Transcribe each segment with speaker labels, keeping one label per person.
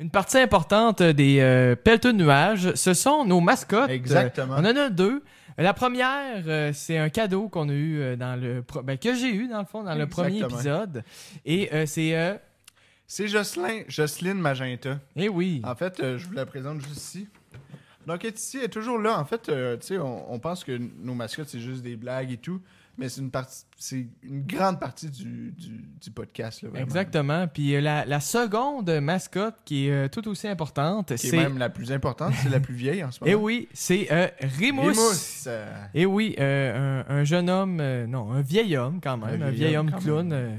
Speaker 1: Une partie importante des euh, pelleteux de nuages, ce sont nos mascottes.
Speaker 2: Exactement.
Speaker 1: Euh, on en a deux. La première, euh, c'est un cadeau qu'on a eu euh, dans le pro- ben, que j'ai eu dans le fond dans le premier
Speaker 2: Exactement.
Speaker 1: épisode. Et euh, c'est euh,
Speaker 2: C'est Jocelyn, Jocelyne Magenta.
Speaker 1: eh oui.
Speaker 2: En fait, euh, je vous la présente juste ici. Donc, elle est ici, elle est toujours là. En fait, euh, tu sais, on, on pense que nos mascottes, c'est juste des blagues et tout, mais c'est une partie, c'est une grande partie du, du, du podcast. Là, vraiment.
Speaker 1: Exactement. Puis euh, la, la seconde mascotte qui est euh, tout aussi importante,
Speaker 2: Qui
Speaker 1: c'est
Speaker 2: est même la plus importante, c'est la plus vieille en ce
Speaker 1: eh
Speaker 2: moment.
Speaker 1: oui, c'est euh, Remus.
Speaker 2: Rimousse, euh,
Speaker 1: Eh oui, euh, un, un jeune homme, euh, non, un vieil homme quand même,
Speaker 2: Un
Speaker 1: un
Speaker 2: vieil
Speaker 1: vieil
Speaker 2: homme
Speaker 1: homme
Speaker 2: quand
Speaker 1: clown euh,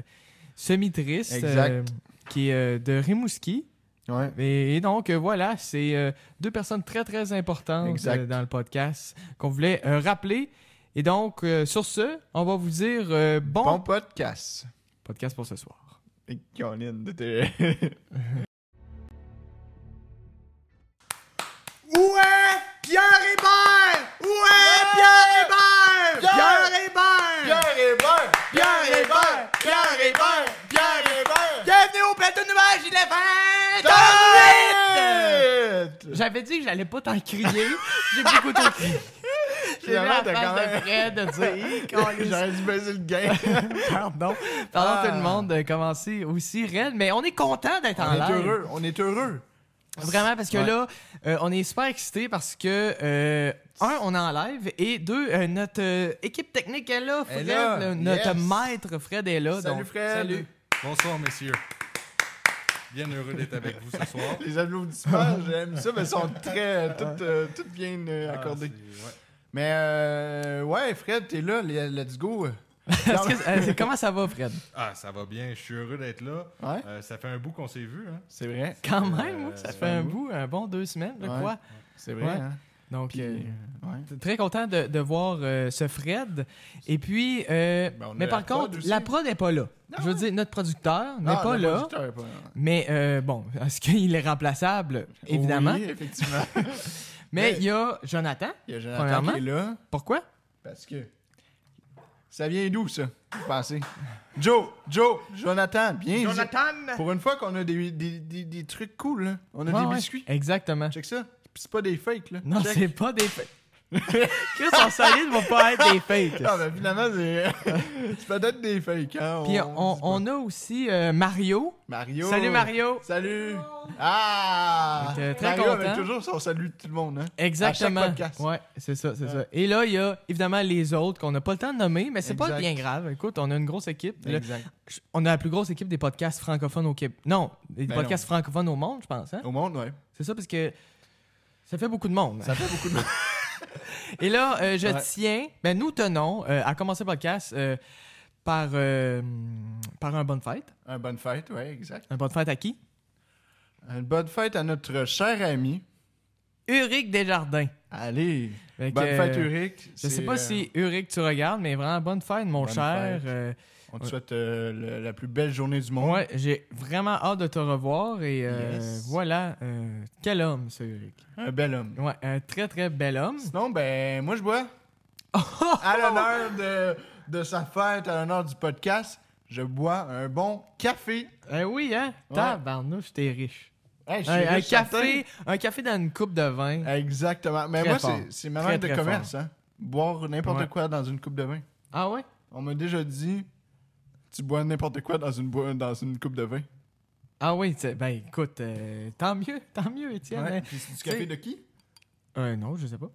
Speaker 1: semi-triste
Speaker 2: Exact.
Speaker 1: euh, qui est euh, de Rimouski.
Speaker 2: ouais.
Speaker 1: Et, et donc, euh, voilà, c'est euh, deux personnes très, très importantes
Speaker 2: Exact.
Speaker 1: euh, dans le podcast qu'on voulait euh, rappeler. Et donc, euh, sur ce, on va vous dire euh, bon,
Speaker 2: Bon podcast.
Speaker 1: podcast pour ce soir.
Speaker 2: Et Colin, t'étais-
Speaker 3: Où est Pierre Hébert? Où est Pierre Hébert?
Speaker 2: Pierre-
Speaker 3: Pierre Hébert!
Speaker 2: Hébert!
Speaker 3: Pierre Hébert! Pierre Hébert! Pierre Hébert! Bienvenue au plateau de nouvelles, il est fait!
Speaker 2: Hébert!
Speaker 1: J'avais dit que j'allais pas t'en crier. J'ai beaucoup trop crié. J'ai vu la
Speaker 2: Finalement, t'as quand
Speaker 1: face de Fred de dire, Hey,
Speaker 2: J'aurais dû baiser le game.
Speaker 1: Pardon. Pardon tout le monde de commencer aussi raide, mais on est content d'être en
Speaker 2: On est
Speaker 1: live.
Speaker 2: heureux, on est heureux.
Speaker 1: Vraiment, parce que
Speaker 2: Ouais.
Speaker 1: là, euh, on est super excités parce que, euh, un, on est en live, et deux, euh, notre euh, équipe technique est là, Fred,
Speaker 2: Elle est là,
Speaker 1: le- notre
Speaker 2: yes.
Speaker 1: maître Fred est là.
Speaker 2: Salut
Speaker 1: donc,
Speaker 2: Fred.
Speaker 1: salut.
Speaker 4: Bonsoir, messieurs. Bien heureux d'être avec vous ce soir.
Speaker 2: Les applaudissements, j'aime ça, mais sont très. Toutes, euh, toutes bien euh, accordées.
Speaker 4: Ah,
Speaker 2: Mais euh, ouais, Fred, t'es là, les- let's go.
Speaker 1: Est-ce que- euh, comment ça va, Fred?
Speaker 4: Ah, ça va bien. Je suis heureux d'être là.
Speaker 2: Ouais,
Speaker 4: Euh, ça fait un bout qu'on s'est vu. Hein?
Speaker 2: c'est vrai,
Speaker 1: Quand
Speaker 4: Euh,
Speaker 1: même, oui, ça
Speaker 4: ça
Speaker 1: fait
Speaker 2: va,
Speaker 1: un
Speaker 2: vous?
Speaker 1: bout, un bon deux semaines, je
Speaker 2: Ouais.
Speaker 1: crois.
Speaker 2: c'est vrai.
Speaker 1: Ouais.
Speaker 2: hein.
Speaker 1: Donc,
Speaker 2: Puis,
Speaker 1: euh,
Speaker 2: euh, ouais.
Speaker 1: très content de, de voir euh, ce Fred. Et puis, euh,
Speaker 2: Ben, on a
Speaker 1: mais
Speaker 2: la
Speaker 1: par
Speaker 2: prod
Speaker 1: contre,
Speaker 2: aussi.
Speaker 1: la prod n'est pas là. Je veux dire, notre producteur n'est
Speaker 2: Non,
Speaker 1: pas
Speaker 2: le
Speaker 1: là.
Speaker 2: producteur est pas là.
Speaker 1: Mais euh, bon, est-ce qu'il est remplaçable? Évidemment.
Speaker 2: Oui, effectivement.
Speaker 1: Mais
Speaker 2: Mais-
Speaker 1: il y a Jonathan.
Speaker 2: Il y a
Speaker 1: Premièrement.
Speaker 2: Jonathan qui est là.
Speaker 1: Pourquoi?
Speaker 2: Parce que. Ça vient d'où, ça? Vous pensez? Joe, Joe, Jonathan, bien.
Speaker 3: Jonathan!
Speaker 2: Pour une fois qu'on a des, des, des, des trucs cool, là. On a
Speaker 1: Ouais,
Speaker 2: des
Speaker 1: ouais.
Speaker 2: biscuits.
Speaker 1: Exactement.
Speaker 2: Check ça. Puis c'est pas des fakes, là.
Speaker 1: Non,
Speaker 2: Check.
Speaker 1: c'est pas des fakes. Chris, en solide va pas être des fakes.
Speaker 2: Ah, ben finalement, c'est. c'est peut-être des fakes, hein.
Speaker 1: Puis on,
Speaker 2: dit pas.
Speaker 1: on a aussi euh, Mario.
Speaker 2: Mario.
Speaker 1: Salut Mario.
Speaker 2: Salut. Ah!
Speaker 1: Donc, euh, très
Speaker 2: Mario
Speaker 1: content.
Speaker 2: avec toujours son salut de tout le monde, hein.
Speaker 1: Exactement.
Speaker 2: À chaque podcast.
Speaker 1: Ouais, c'est ça, c'est ça. Et là, il y a évidemment les autres qu'on n'a pas le temps de nommer, mais c'est pas
Speaker 2: Exact.
Speaker 1: bien grave. Écoute, on a une grosse équipe. Le-
Speaker 2: Exact.
Speaker 1: on a la plus grosse équipe des podcasts francophones au Québec. Non, des
Speaker 2: Ben
Speaker 1: podcasts francophones au monde, je pense. Hein?
Speaker 2: Au monde, ouais.
Speaker 1: C'est ça parce que ça fait beaucoup de monde. hein.
Speaker 2: Ça fait beaucoup de.
Speaker 1: Et là, euh, je
Speaker 2: Ouais.
Speaker 1: tiens, ben nous tenons euh, à commencer le podcast euh, par, euh, par un bonne fête.
Speaker 2: Un bonne fête, ouais, exact.
Speaker 1: Un bonne fête à qui?
Speaker 2: Une bonne fête à notre cher ami.
Speaker 1: Uric Desjardins.
Speaker 2: Allez.
Speaker 1: Fait que,
Speaker 2: bonne fête,
Speaker 1: euh,
Speaker 2: Uric.
Speaker 1: Je sais
Speaker 2: C'est,
Speaker 1: pas
Speaker 2: euh,
Speaker 1: si Uric tu regardes, mais vraiment bonne fête, mon
Speaker 2: Bonne
Speaker 1: cher.
Speaker 2: fête.
Speaker 1: Euh,
Speaker 2: On te souhaite euh, le- la plus belle journée du monde.
Speaker 1: ouais, j'ai vraiment hâte de te revoir et euh,
Speaker 2: Yes.
Speaker 1: voilà. euh, quel homme, ce Uric.
Speaker 2: Un bel homme.
Speaker 1: Ouais, un très très bel homme.
Speaker 2: Sinon, ben, moi, je bois. À l'honneur de, de sa fête, à l'honneur du podcast, je bois un bon café.
Speaker 1: Eh oui, hein?
Speaker 2: Ouais.
Speaker 1: Tabarnouche, t'es riche.
Speaker 2: Hey, je
Speaker 1: Un,
Speaker 2: suis
Speaker 1: un
Speaker 2: riche,
Speaker 1: café, un café dans une coupe de vin.
Speaker 2: certain. Exactement. Mais
Speaker 1: Très
Speaker 2: moi,
Speaker 1: fort.
Speaker 2: c'est- c'est ma
Speaker 1: Très,
Speaker 2: mère de
Speaker 1: très
Speaker 2: commerce. Hein? Boire n'importe
Speaker 1: Ouais.
Speaker 2: quoi dans une coupe de vin.
Speaker 1: Ah ouais?
Speaker 2: On m'a déjà dit, tu bois n'importe quoi dans une, boi- dans une coupe de vin.
Speaker 1: Ah oui, t'sais, ben écoute, euh, tant mieux, tant mieux, Étienne.
Speaker 2: Ouais.
Speaker 1: hein.
Speaker 2: Puis c'est du
Speaker 1: Tu sais-
Speaker 2: café de qui?
Speaker 1: Euh, non, je sais pas.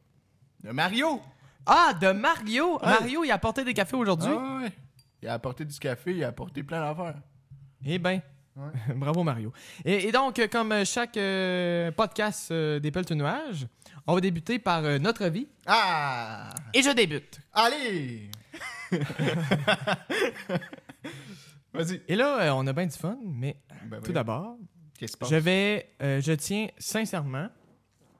Speaker 2: De Mario!
Speaker 1: Ah, de Mario! Mario, il a apporté des cafés aujourd'hui.
Speaker 2: Ah ouais. Il a apporté du café, il a apporté plein d'affaires.
Speaker 1: Eh ben,
Speaker 2: Ouais.
Speaker 1: bravo Mario. Et, et donc, euh, comme chaque euh, podcast euh, des Peltes Nuages, on va débuter par euh, notre vie.
Speaker 2: Ah!
Speaker 1: Et je débute.
Speaker 2: Allez! Vas-y.
Speaker 1: Et là, euh, on a bien du fun, mais
Speaker 2: Ben
Speaker 1: tout
Speaker 2: oui.
Speaker 1: d'abord,
Speaker 2: Qu'est-ce qui se passe?
Speaker 1: je vais, euh, je tiens sincèrement,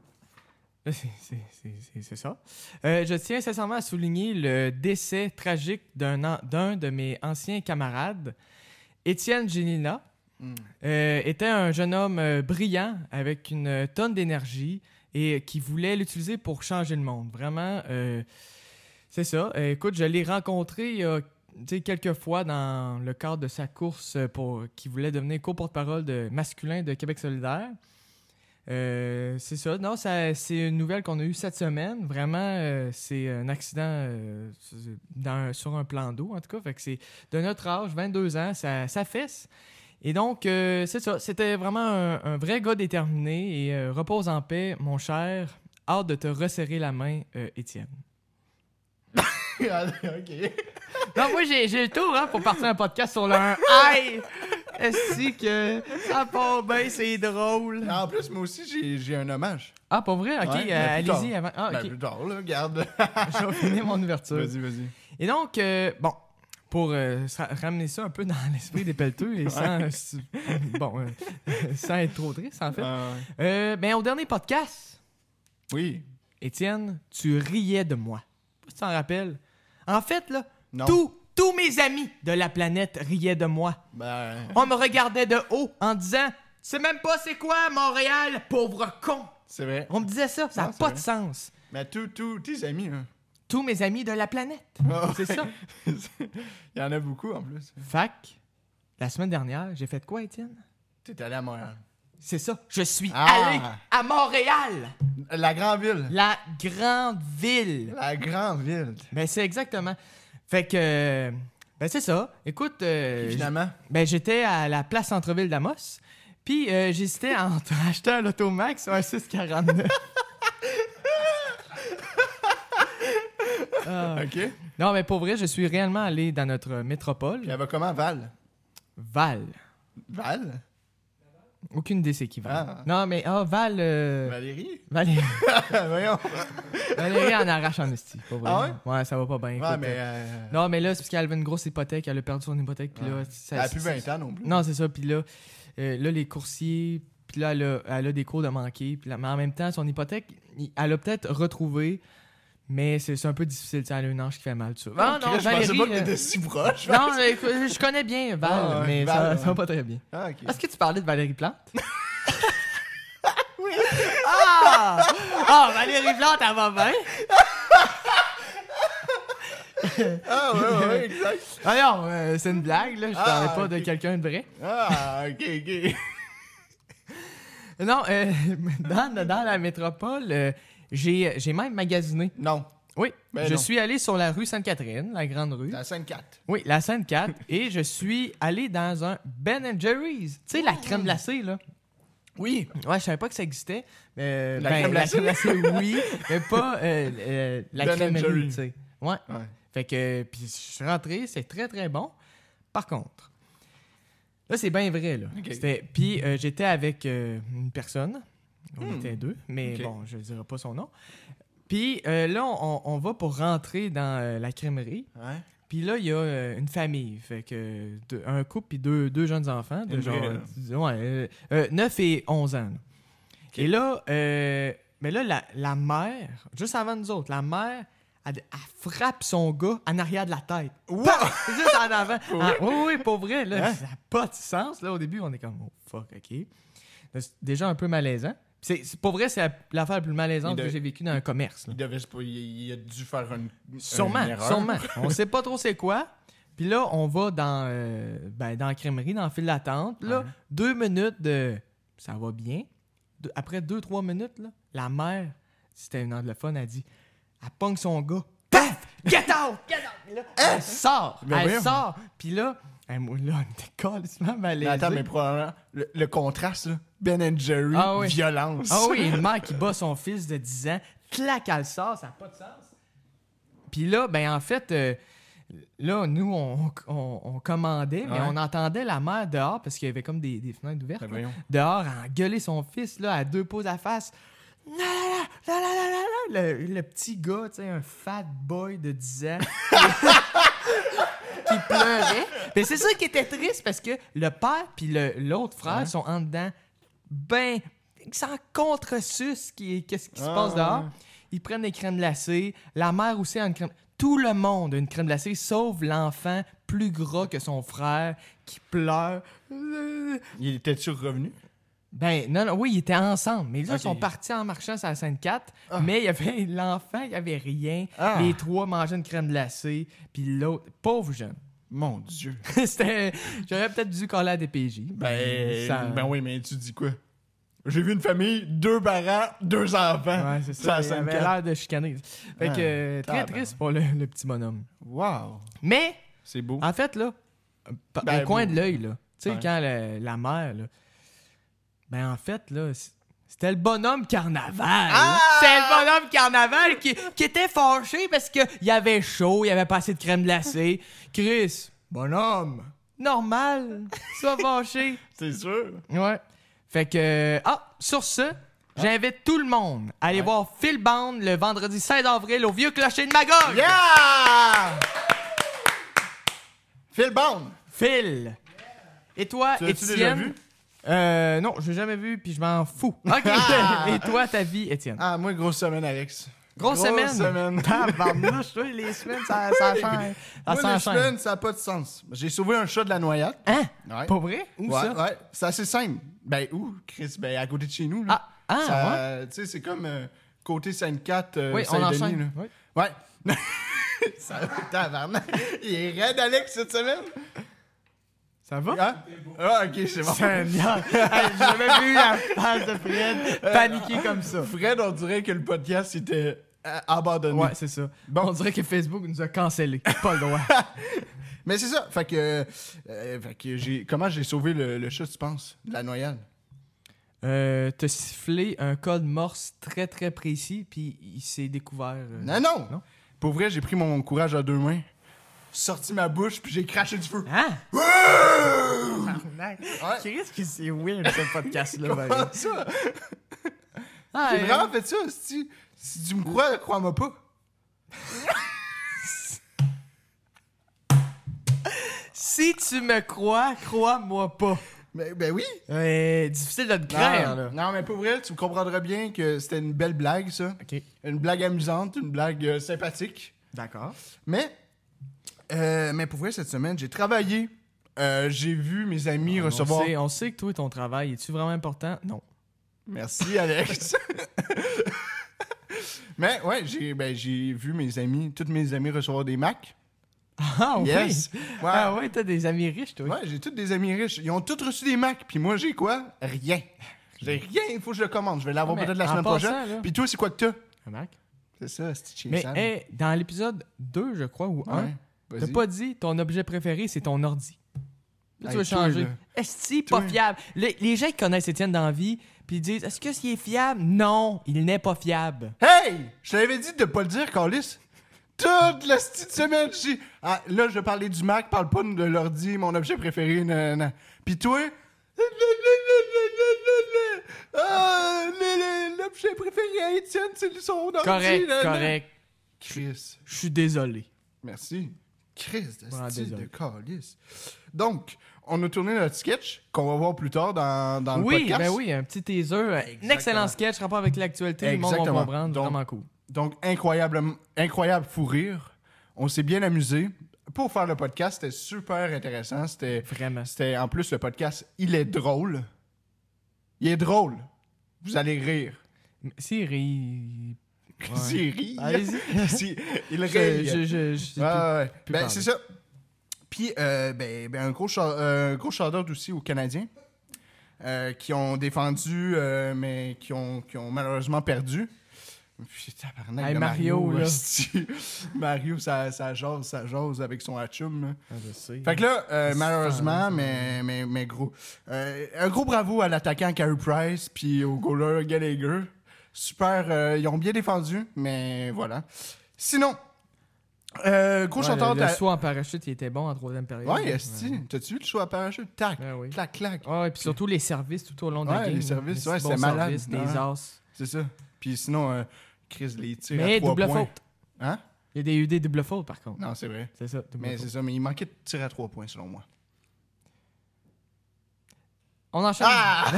Speaker 1: Là, c'est- c'est c'est- c'est- c'est ça, Euh, je tiens sincèrement à souligner le décès tragique d'un an- d'un de mes anciens camarades, Étienne Génina.
Speaker 2: Mm.
Speaker 1: Euh, était un jeune homme euh, brillant avec une euh, tonne d'énergie et qui voulait l'utiliser pour changer le monde. Vraiment, euh, c'est ça. Euh, écoute, je l'ai rencontré il y a tu sais, quelques fois dans le cadre de sa course pour qui voulait devenir co-porte-parole de masculin de Québec solidaire. Euh, c'est ça. Non, ça, c'est une nouvelle qu'on a eue cette semaine. Vraiment, euh, c'est un accident euh, sur- dans- sur un plan d'eau, en tout cas. Fait que c'est de notre âge, 22 ans, ça, ça fesse. Et donc, euh, c'est ça. C'était vraiment un, un vrai gars déterminé. Et euh, repose en paix, mon cher. Hâte de te resserrer la main, euh, Étienne.
Speaker 2: Ah, ok.
Speaker 1: Non, moi, j'ai, j'ai le tour hein, pour partir un podcast sur le 1. Aïe! Est-ce que ça part bien, c'est drôle.
Speaker 2: En plus, moi aussi, j'ai- j'ai un hommage.
Speaker 1: Ah, pour vrai? OK,
Speaker 2: Ouais, mais
Speaker 1: euh,
Speaker 2: plus tard.
Speaker 1: allez-y avant. Ah,
Speaker 2: Ben,
Speaker 1: OK.
Speaker 2: plus tard, là, regarde.
Speaker 1: Je vais finir mon ouverture.
Speaker 2: Vas-y, vas-y.
Speaker 1: Et donc, euh, bon, pour euh, sa- ramener ça un peu dans l'esprit des pelleteux et sans, euh, su- bon, euh, sans être trop triste, en fait.
Speaker 2: Ah, ouais.
Speaker 1: Euh, ben, au dernier podcast,
Speaker 2: oui.
Speaker 1: Étienne, tu riais de moi. Je sais pas si tu t'en rappelles. En fait, là,
Speaker 2: Non.
Speaker 1: tous- tous mes amis de la planète riaient de moi.
Speaker 2: Ben,
Speaker 1: On me regardait de haut en disant C'est même pas c'est quoi Montréal, pauvre con
Speaker 2: c'est vrai.
Speaker 1: On me disait ça, ça n'a
Speaker 2: Non, c'est
Speaker 1: pas
Speaker 2: vrai.
Speaker 1: de sens.
Speaker 2: Mais tous tous tes amis, hein. là.
Speaker 1: Tous mes amis de la planète.
Speaker 2: Ah,
Speaker 1: C'est ça.
Speaker 2: Il y en a beaucoup, en plus.
Speaker 1: Fac, la semaine dernière, j'ai fait quoi, Étienne
Speaker 2: T'es allé à Montréal.
Speaker 1: C'est ça. Je suis
Speaker 2: Ah.
Speaker 1: allé à Montréal,
Speaker 2: La grande ville.
Speaker 1: la grande ville.
Speaker 2: La grande ville.
Speaker 1: Ben, c'est exactement. Fait que. euh, Ben, c'est ça. Écoute. euh,
Speaker 2: Finalement.
Speaker 1: Ben, j'étais à la place Centre-Ville d'Amos. Puis euh, j'hésitais entre acheter un Lotomax ou un 649. Ah.
Speaker 2: OK. Il
Speaker 1: Non, mais pour vrai, je suis réellement allé dans notre
Speaker 2: y
Speaker 1: métropole.
Speaker 2: avait comment Val?
Speaker 1: Val.
Speaker 2: Val?
Speaker 1: Aucune idée c'est qui Val.
Speaker 2: Ah.
Speaker 1: Non, mais ah, Val. euh,
Speaker 2: Valérie?
Speaker 1: Valé-
Speaker 2: Voyons.
Speaker 1: Valérie en arrache en esti. pour vrai.
Speaker 2: Ah
Speaker 1: Ouais, ça va pas bien.
Speaker 2: Ouais,
Speaker 1: écoute,
Speaker 2: mais.
Speaker 1: euh,
Speaker 2: euh, Ah.
Speaker 1: Non, mais là, c'est parce qu'elle avait une grosse hypothèque. Elle a perdu son hypothèque. Puis là, ça.
Speaker 2: elle a plus
Speaker 1: ça-
Speaker 2: 20 ans non plus.
Speaker 1: Non, c'est ça. Puis là, euh, là, les coursiers, puis là, elle a, elle a des cours de manquer. Puis là, mais en même temps, son hypothèque, il- elle a peut-être retrouvé, mais c'est c'est un peu difficile. tu sais, Elle a une ange qui fait mal, tu vois. Non, non,
Speaker 2: Chris, je pensais
Speaker 1: Valérie.
Speaker 2: pas que
Speaker 1: euh,
Speaker 2: t'étais si proche.
Speaker 1: Non, mais écoute, je connais bien Val,
Speaker 2: Ah, ouais,
Speaker 1: mais ça,
Speaker 2: Val,
Speaker 1: ça va
Speaker 2: ouais.
Speaker 1: pas très bien.
Speaker 2: Ah, ok.
Speaker 1: Est-ce que tu parlais de Valérie Plante? oui. Ah! Ah, Valérie Plante, elle va bien.
Speaker 2: Ah, ouais, ouais, exact.
Speaker 1: Ah non, euh, c'est une blague, là. Je
Speaker 2: Ah,
Speaker 1: parlais pas
Speaker 2: ok.
Speaker 1: de quelqu'un de vrai.
Speaker 2: Ah, ok, ok.
Speaker 1: Non, euh, dans, dans la métropole, euh, j'ai j'ai même magasiné.
Speaker 2: Non,
Speaker 1: Oui,
Speaker 2: Ben
Speaker 1: je
Speaker 2: non.
Speaker 1: suis allé sur la rue Sainte-Catherine, la grande rue.
Speaker 2: c'est à 5-4.
Speaker 1: Oui, la Sainte-Cat, et je suis allé dans un Ben Jerry's. Tu sais, la crème glacée, là.
Speaker 2: Mmh. Oui.
Speaker 1: Ouais, je savais pas que ça existait. Euh,
Speaker 2: La
Speaker 1: ben,
Speaker 2: crème glacée.
Speaker 1: oui, mais pas euh, euh, la
Speaker 2: Ben
Speaker 1: crèmerie,
Speaker 2: Jerry.
Speaker 1: tu sais. Ouais.
Speaker 2: Ouais.
Speaker 1: Fait que, puis je suis rentré, c'est très, très bon. Par contre, là, c'est bien vrai, là.
Speaker 2: Ok.
Speaker 1: C'était- Puis euh, j'étais avec euh, une personne, on
Speaker 2: Hmm.
Speaker 1: était deux, mais
Speaker 2: Ok.
Speaker 1: bon, je ne dirai pas son nom. Puis euh, là, on, on va pour rentrer dans euh, la crèmerie.
Speaker 2: Ouais.
Speaker 1: Puis là, il y a euh, une famille, fait que euh, deux- un couple puis deux, deux jeunes enfants, de
Speaker 2: Une
Speaker 1: genre
Speaker 2: vraie, là.
Speaker 1: euh, ouais, euh, euh, 9 et 11 ans. là. Et là, euh, mais là, la, la mère, juste avant nous autres, la mère, elle, elle frappe son gars en arrière de la tête. Paf! Juste en avant. Ah, oui, oui, pour vrai, là,
Speaker 2: Hein?
Speaker 1: ça n'a pas de sens. Là, au début, on est comme, oh fuck, ok. Là, C'est déjà un peu malaisant. C'est, c'est- pour vrai, c'est la- l'affaire la plus malaisante que
Speaker 2: Il de-
Speaker 1: j'ai vécue dans un commerce. là.
Speaker 2: Il devait se pas. Il il a dû faire une. une
Speaker 1: Sûrement,
Speaker 2: erreur.
Speaker 1: sûrement. On sait pas trop c'est quoi. Puis là, on va dans, euh, ben, dans la crèmerie, dans le fil d'attente. Là,
Speaker 2: Ouais.
Speaker 1: deux minutes de ça va bien. Deux- après deux, trois minutes, là, la mère, c'était une anglophone, elle dit elle pogne son gars. Paf! Get out! Get out! Là, elle sort!
Speaker 2: Ben
Speaker 1: elle
Speaker 2: voyons.
Speaker 1: sort! Puis là, elle, moi, là, on était calissement
Speaker 2: Mais
Speaker 1: malaisés.
Speaker 2: attends, mais probablement. Le, le contraste, là. Ben Jerry,
Speaker 1: Ah oui.
Speaker 2: violence.
Speaker 1: Ah oui, une mère qui bat son fils de 10 ans, claque à le sort, ça n'a pas de sens. Puis là, ben en fait, euh, là, nous, on, on- on commandait, mais
Speaker 2: Ouais.
Speaker 1: on entendait la mère dehors, parce qu'il y avait comme des, des fenêtres ouvertes,
Speaker 2: Ben voyons.
Speaker 1: dehors, à engueuler son fils, là, à deux pouces à face. La, la, la, la, la, la, la. Le, le petit gars, tu sais, un fat boy de 10 ans. qui pleurait. Mais c'est ça qui était triste parce que le père puis le- l'autre frère
Speaker 2: Ouais.
Speaker 1: sont en dedans. Ben, sans contre-sus qui, qu'est-ce qui se
Speaker 2: Ouais,
Speaker 1: passe
Speaker 2: ouais,
Speaker 1: dehors.
Speaker 2: ouais.
Speaker 1: Ils prennent des crèmes glacées. La mère aussi a une crème. Tout le monde a une crème glacée, sauf l'enfant plus gras que son frère qui pleure.
Speaker 2: Il était-tu revenu?
Speaker 1: Ben, non, non, oui, ils étaient ensemble. Mais là, ils
Speaker 2: Ok.
Speaker 1: sont partis en marchant sur la scène 4. Mais il y avait l'enfant, il n'y avait rien.
Speaker 2: Ah.
Speaker 1: Les trois mangeaient une crème glacée. Puis l'autre, pauvre jeune.
Speaker 2: Mon Dieu.
Speaker 1: C'était- J'aurais peut-être dû coller à des PJ.
Speaker 2: Ben,
Speaker 1: Ça-
Speaker 2: ben oui, mais tu dis quoi? J'ai vu une famille, deux parents, deux enfants.
Speaker 1: Ouais, c'est ça.
Speaker 2: Ça
Speaker 1: il avait
Speaker 2: sonne
Speaker 1: l'air de chicaner. Fait que
Speaker 2: Ah,
Speaker 1: euh, très
Speaker 2: tabarnak.
Speaker 1: triste pour le, le petit bonhomme.
Speaker 2: Wow. Ah,
Speaker 1: Mais,
Speaker 2: C'est beau.
Speaker 1: en fait, là, p-
Speaker 2: Ben,
Speaker 1: au coin
Speaker 2: bon.
Speaker 1: de l'œil, là, tu sais,
Speaker 2: Ouais.
Speaker 1: quand la, la mère, là, ben en fait, là, c- c'était le bonhomme carnaval.
Speaker 2: Ah!
Speaker 1: là. C'était le bonhomme carnaval qui, qui était fâché parce qu'il avait chaud, il avait pas assez de crème glacée. Chris, bonhomme, normal, sois fâché.
Speaker 2: C'est sûr.
Speaker 1: Ouais. Fait que. euh, Ah, sur ce, j'invite tout le monde à aller voir Phil Bond le vendredi 16 avril au vieux clocher de Magog.
Speaker 2: Yeah! Phil Bond,
Speaker 1: Phil! Et toi,
Speaker 2: tu l'as-tu
Speaker 1: Étienne?
Speaker 2: déjà vu?
Speaker 1: Euh, non, je l'ai jamais vu, puis je m'en fous. OK. Ah. Et toi, ta vie, Étienne?
Speaker 2: Ah, moi, grosse semaine, Alex.
Speaker 1: Grosse semaine.
Speaker 2: semaine.
Speaker 1: Tabarnouche, toi, les semaines, ça, ça enchaîne. Ah, Ça
Speaker 2: moi, les
Speaker 1: s'enchaîne.
Speaker 2: semaines, ça n'a pas de sens. J'ai sauvé un chat de la noyade.
Speaker 1: Hein?
Speaker 2: Ouais.
Speaker 1: Pas vrai? Où
Speaker 2: ouais,
Speaker 1: ça?
Speaker 2: ouais. C'est assez simple. Ben, où, Chris? Ben, à côté de chez nous.
Speaker 1: Ah,
Speaker 2: Là.
Speaker 1: ah,
Speaker 2: Ça, Tu sais, c'est comme euh, côté Sainte-Cat, euh,
Speaker 1: Oui, on
Speaker 2: Saint-Denis. là.
Speaker 1: enchaîne. Oui.
Speaker 2: Ouais. ça va, tabarnak. Il est raide, Alex, cette semaine.
Speaker 1: Ça va?
Speaker 2: Hein? Ah, ok, c'est bon.
Speaker 1: Seigneur! Hey, J'ai jamais vu la face de Fred paniquer comme ça.
Speaker 2: Fred, on dirait que le podcast était euh, abandonné.
Speaker 1: Ouais, c'est ça. Bon, on dirait que Facebook nous a cancellé. Pas le droit.
Speaker 2: Mais c'est ça. Fait que, euh, fait que j'ai, comment j'ai sauvé le, le chat, tu penses, de la noyade?
Speaker 1: euh, T'as sifflé un code morse très très précis, puis il s'est découvert. euh,
Speaker 2: Non, non.
Speaker 1: Non.
Speaker 2: Pour vrai, j'ai pris mon courage à deux mains, sorti ma bouche, puis j'ai craché du feu.
Speaker 1: Hein?
Speaker 2: Ouais.
Speaker 1: Chris, que c'est weird ce podcast-là.
Speaker 2: Comment ça?
Speaker 1: Ah,
Speaker 2: J'ai vraiment fait ça, si, si tu me crois, crois-moi pas.
Speaker 1: Si tu me crois, crois-moi pas.
Speaker 2: Mais, ben oui.
Speaker 1: Euh, difficile de te craindre, là.
Speaker 2: non, mais pour vrai, tu me comprendras bien que c'était une belle blague, ça.
Speaker 1: Ok,
Speaker 2: Une blague amusante, une blague euh, sympathique.
Speaker 1: d'accord.
Speaker 2: Mais, euh, mais pour vrai, cette semaine, j'ai travaillé. Euh, j'ai vu mes amis
Speaker 1: On
Speaker 2: recevoir.
Speaker 1: sait, on sait que toi et ton travail, es-tu vraiment important? Non.
Speaker 2: Merci, Alex. mais ouais, j'ai ben, j'ai vu mes amis, toutes mes amis recevoir des Macs.
Speaker 1: Ah oui!
Speaker 2: Yes. Ouais.
Speaker 1: Ah ouais, t'as des amis riches, toi.
Speaker 2: Ouais, j'ai toutes des amis riches. Ils ont tous reçu des Macs. Puis moi, j'ai quoi? Rien. J'ai rien. Il faut que je le commande. Je vais l'avoir
Speaker 1: Mais
Speaker 2: peut-être la
Speaker 1: en
Speaker 2: semaine
Speaker 1: passant, là.
Speaker 2: prochaine. Puis toi, c'est quoi que t'as?
Speaker 1: Un Mac.
Speaker 2: C'est ça, c'est chez
Speaker 1: Mais
Speaker 2: Sam.
Speaker 1: hey, dans l'épisode 2, je crois, ou 1,
Speaker 2: Ouais,
Speaker 1: T'as
Speaker 2: hein? vas-y.
Speaker 1: pas dit ton objet préféré, c'est ton ordi. Là, tu
Speaker 2: Hey,
Speaker 1: veux
Speaker 2: toi,
Speaker 1: changer.
Speaker 2: là.
Speaker 1: Esti,
Speaker 2: Toi.
Speaker 1: pas fiable. Le- les gens qui connaissent Étienne dans la vie, puis ils disent Est-ce que s'il est fiable Non, il n'est pas fiable.
Speaker 2: Hey! Je t'avais dit de pas le dire, Carlis. Toute la petite semaine, j'ai... Ah, là, je parlais du Mac, parle pas de l'ordi, mon objet préféré, nan, nan, nan. Pis toi... Ah, le- le- l'objet préféré à Étienne, c'est son ordi.
Speaker 1: Correct,
Speaker 2: nan, nan.
Speaker 1: correct.
Speaker 2: Chris,
Speaker 1: Je suis désolé.
Speaker 2: merci. Chris, de
Speaker 1: Ah,
Speaker 2: style de
Speaker 1: désolé.
Speaker 2: Carlis. Donc, on a tourné notre sketch, qu'on va voir plus tard dans, dans le
Speaker 1: Oui,
Speaker 2: podcast.
Speaker 1: ben oui, un petit teaser. Un
Speaker 4: Exactement.
Speaker 1: excellent sketch, rapport avec l'actualité. Le monde va
Speaker 2: Exactement.
Speaker 1: comprendre.
Speaker 2: Donc,
Speaker 1: vraiment cool.
Speaker 2: Donc, incroyable, incroyable fou rire. On s'est bien amusé. Pour faire le podcast, c'était super intéressant. C'était,
Speaker 1: Vraiment.
Speaker 2: c'était en plus le podcast, il est drôle. Il est drôle. Vous allez rire.
Speaker 1: Mais C'est ri. Ouais.
Speaker 2: S'il rit,
Speaker 1: Allez-y.
Speaker 2: s'il- il rit.
Speaker 1: Je, je, je- je-
Speaker 2: Ouais, ouais.
Speaker 1: plus
Speaker 2: Ben,
Speaker 1: parler.
Speaker 2: c'est ça. Puis, euh, ben, ben, un gros, shout- euh, un gros shout-out aussi aux Canadiens euh, qui ont défendu, euh, mais qui ont, qui ont malheureusement perdu. Puis, tabarnak,
Speaker 1: Hey,
Speaker 2: de
Speaker 1: Mario, là.
Speaker 2: hostie. Mario, ça, ça jase, ça jase avec son hatchum. là.
Speaker 1: Ah, je sais.
Speaker 2: Fait que là, euh,
Speaker 1: C'est
Speaker 2: malheureusement,
Speaker 1: fan,
Speaker 2: mais, mais, mais gros. euh, un gros bravo à l'attaquant Carey Price puis au goaler Gallagher. Super, euh, ils ont bien défendu, mais voilà. Sinon, euh, gros
Speaker 1: Ouais,
Speaker 2: chanteur
Speaker 1: le,
Speaker 2: de
Speaker 1: le
Speaker 2: la-
Speaker 1: saut en parachute, il était bon en troisième période.
Speaker 2: Ouais, esti, t'as-tu vu le show à parachute? Tac,
Speaker 1: Ben oui.
Speaker 2: clac, clac.
Speaker 1: Ouais, puis surtout les services tout au long de la
Speaker 2: Ouais,
Speaker 1: game.
Speaker 2: les services,
Speaker 1: Les
Speaker 2: ouais,
Speaker 1: bons
Speaker 2: c'était malade.
Speaker 1: services, Des
Speaker 2: Ouais.
Speaker 1: as.
Speaker 2: C'est ça. Puis sinon, euh, Chris les tirs à
Speaker 1: Mais
Speaker 2: trois
Speaker 1: double
Speaker 2: points.
Speaker 1: faute.
Speaker 2: Hein?
Speaker 1: Il y a des, eu des double fautes, par contre.
Speaker 2: Non, c'est vrai.
Speaker 1: C'est ça, double
Speaker 2: Mais
Speaker 1: faute.
Speaker 2: c'est ça, mais il manquait de tirs à trois points, selon moi.
Speaker 1: On enchaîne.
Speaker 2: Ah!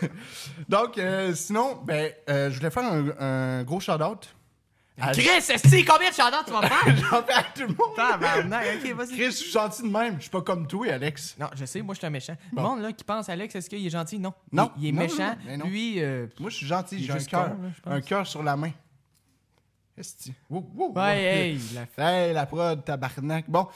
Speaker 2: Donc, euh, sinon, ben, euh, je voulais faire un, un gros shout-out. à-
Speaker 1: Chris, Esti, combien de chandails tu vas faire?
Speaker 2: J'en fais à tout le monde.
Speaker 1: Tabarnak, ok, vas-y.
Speaker 2: Chris, je suis gentil de même. Je suis pas comme toi, Alex.
Speaker 1: Non, je sais, moi, je suis un méchant.
Speaker 2: Bon.
Speaker 1: Le monde là, qui pense, Alex, est-ce qu'il est gentil? Non.
Speaker 2: Non.
Speaker 1: Il, il est
Speaker 2: Non, non,
Speaker 1: méchant.
Speaker 2: non, mais non.
Speaker 1: Lui, euh,
Speaker 2: Moi, je suis gentil.
Speaker 1: Il est
Speaker 2: J'ai un
Speaker 1: juste
Speaker 2: cœur.
Speaker 1: con, là, je pense.
Speaker 2: Un cœur sur la main. Esti. Wow, wow, wow.
Speaker 1: Ouais, hey, la f-
Speaker 2: Hey, la prod, tabarnak. Bon,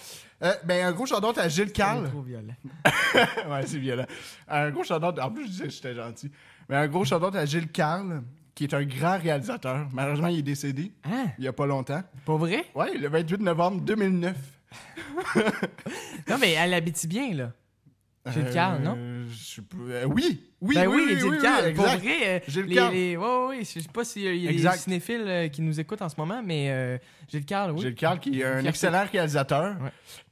Speaker 2: euh, ben, un gros shout-out à Gilles
Speaker 1: est
Speaker 2: Carl.
Speaker 1: trop violent.
Speaker 2: ouais, c'est violent. Un gros shout-out. En plus, je disais que j'étais gentil. Mais un gros shout-out à Gilles Carl, qui est un grand réalisateur. Malheureusement, il est décédé
Speaker 1: Hein?
Speaker 2: il y a pas longtemps.
Speaker 1: Pas vrai?
Speaker 2: Ouais, le 28 novembre 2009.
Speaker 1: Non, mais elle habite bien, là. Gilles Carl, non?
Speaker 2: Euh, je sais pas. Euh, oui, oui,
Speaker 1: ben oui,
Speaker 2: oui,
Speaker 1: Gilles
Speaker 2: oui,
Speaker 1: Carl,
Speaker 2: oui,
Speaker 1: pour
Speaker 2: exact.
Speaker 1: vrai. euh,
Speaker 2: Gilles
Speaker 1: les,
Speaker 2: Carl.
Speaker 1: les- ouais, ouais, ouais, je sais pas s'il y a- il y a des
Speaker 2: Exact.
Speaker 1: cinéphiles euh, qui nous écoutent en ce moment, mais euh, Gilles Carl, oui.
Speaker 2: Gilles Carl, qui est un
Speaker 1: Fierté.
Speaker 2: excellent réalisateur,
Speaker 1: Ouais.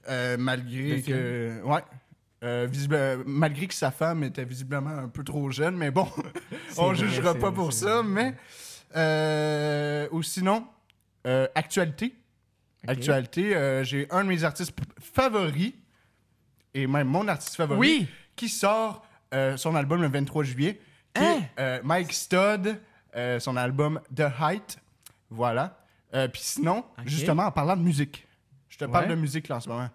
Speaker 2: euh,
Speaker 1: De
Speaker 2: malgré que. Ouais. Euh, visible- euh, malgré que sa femme était visiblement un peu trop jeune, mais bon,
Speaker 1: C'est
Speaker 2: on
Speaker 1: vrai,
Speaker 2: jugera
Speaker 1: c'est
Speaker 2: pas
Speaker 1: vrai,
Speaker 2: pour
Speaker 1: c'est
Speaker 2: ça.
Speaker 1: vrai.
Speaker 2: Mais. euh, ou sinon, euh, actualité.
Speaker 1: Ok.
Speaker 2: Actualité, euh, j'ai un de mes artistes p- favoris, et même mon artiste favori,
Speaker 1: Oui!
Speaker 2: qui sort euh, son album le 23 juillet, qui
Speaker 1: Hein?
Speaker 2: est, euh, Mike Studd, euh, son album The Height. Voilà. Euh, Puis sinon,
Speaker 1: Ok.
Speaker 2: justement, en parlant de musique, je te parle
Speaker 1: Ouais.
Speaker 2: de musique là, en ce moment.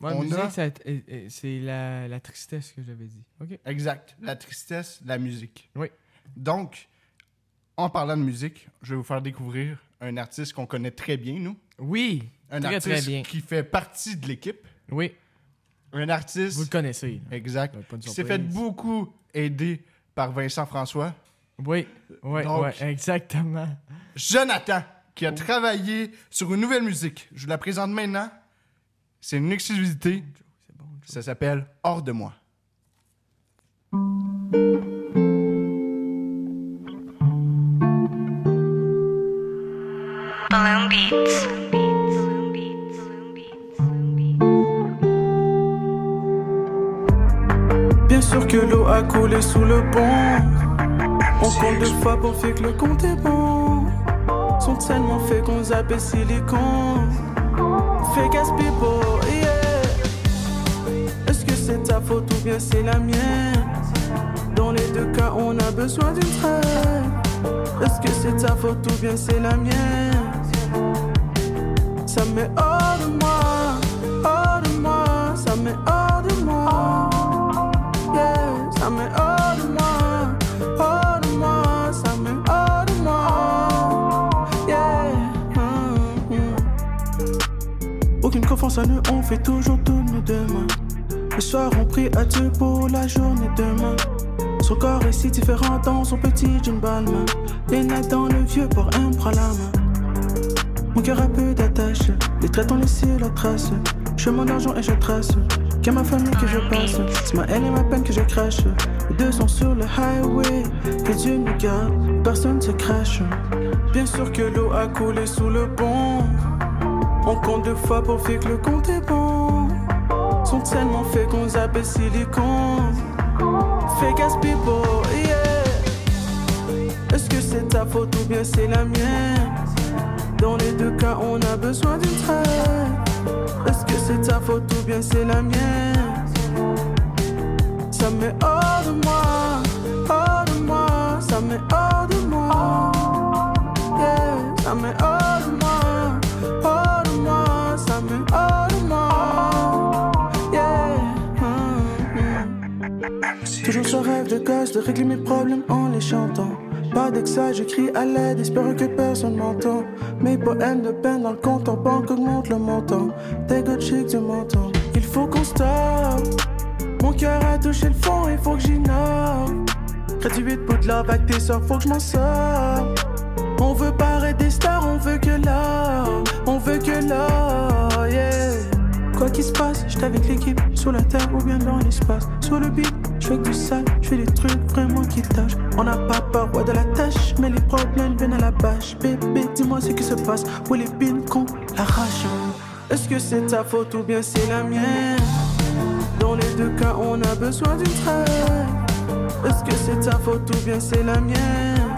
Speaker 1: Ouais,
Speaker 2: On
Speaker 1: musique,
Speaker 2: a-
Speaker 1: ça- euh, euh, c'est la, la tristesse que j'avais dit. OK.
Speaker 2: Exact. La tristesse, la musique.
Speaker 1: Oui.
Speaker 2: Donc, en parlant de musique, je vais vous faire découvrir un artiste qu'on connaît très bien, nous.
Speaker 1: Oui!
Speaker 2: Un
Speaker 1: très,
Speaker 2: artiste
Speaker 1: très bien.
Speaker 2: qui fait partie de l'équipe.
Speaker 1: Oui,
Speaker 2: Un artiste.
Speaker 1: vous le connaissez. là.
Speaker 2: Exact.
Speaker 1: Ça va être pas une
Speaker 2: Qui s'est fait
Speaker 1: surprise.
Speaker 2: beaucoup aider par Vincent François.
Speaker 1: Oui, oui,
Speaker 2: Donc-
Speaker 1: ouais, exactement.
Speaker 2: Jonathan, qui
Speaker 1: Oh.
Speaker 2: a travaillé sur une nouvelle musique. Je vous la présente maintenant. C'est une exclusivité.
Speaker 1: C'est bon, Joe.
Speaker 2: Ça s'appelle Hors de moi.
Speaker 5: Balloon Beats.
Speaker 6: Bien sûr que l'eau a coulé sous le pont. On compte deux fois pour faire que le compte est bon. Sont tellement faits qu'on zappe silicone. Fais gas people, yeah. Est-ce que c'est ta faute ou bien c'est la mienne? Dans les deux cas, on a besoin d'une trêve. Est-ce que c'est ta faute ou bien c'est la mienne? Ça me met hors de moi, hors de moi, ça me met hors de moi. Yeah, ça me hors de moi, hors de moi, ça me hors de moi. Yeah. mm, mm. Aucune confiance à nous, on fait toujours tout nous demain. Le soir, on prie à Dieu pour la journée demain. Son corps est si différent dans son petit jean balmain. Les nattes dans le vieux port, un bras la main. Mon cœur a peu d'attache, les traits ont laissé leur trace. Je fais mon argent et je trace. Qu'à ma famille que je passe, c'est ma haine et ma peine que je crache. Les deux sont sur le highway, que Dieu nous garde, personne se crache. Bien sûr que l'eau a coulé sous le pont. On compte deux fois pour faire que le compte est bon. Sont tellement faits qu'on zappe silicone. Fake as people, yeah. Est-ce que c'est ta faute ou bien c'est la mienne? Dans les deux cas, on a besoin d'une trêve. Est-ce que c'est ta faute ou bien c'est la mienne? Ça me met hors de moi, hors de moi, ça me met hors de moi. Yeah, ça me met hors de moi, hors de moi, ça me met hors de moi. Yeah. mm, mm. Toujours ce rêve de gosse de régler mes problèmes en les chantant. Pas d'excès, je crie à l'aide, espérant que personne m'entend. Mes poèmes de peine dans le compte en banque augmentent le montant. Des good chicks du menton. Il faut qu'on stoppe. Mon cœur a touché le fond, il faut que j'innove. Réduit de de love avec tes sorts, faut que je m'en sorte. On veut paraître des stars, on veut que l'or, on veut que l'or, yeah. Quoi qu'il se passe, j'étais avec l'équipe, sur la terre ou bien dans l'espace. Sur le beat, je fais que du sale, je fais des trucs vraiment qui tâchent. On n'a pas peur, ouais, de la tâche, mais les problèmes viennent à la bâche. Bébé, dis-moi ce qui se passe, où les pines qu'on l'arrache. Est-ce que c'est ta faute ou bien c'est la mienne? Dans les deux cas, on a besoin d'une trêve. Est-ce que c'est ta faute ou bien c'est la mienne?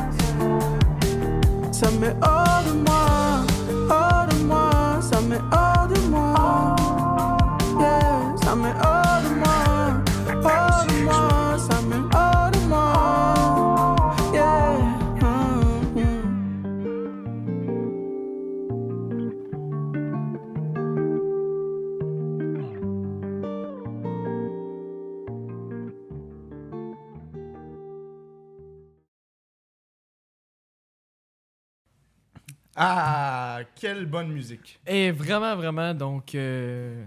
Speaker 6: Ça me met hors de moi, hors de moi, ça me met hors de moi. Yeah, ça me met hors de moi, hors de moi, ça me met hors de moi. Yeah. mm, mm.
Speaker 2: Ah, quelle bonne musique.
Speaker 1: Et vraiment, vraiment, donc, euh,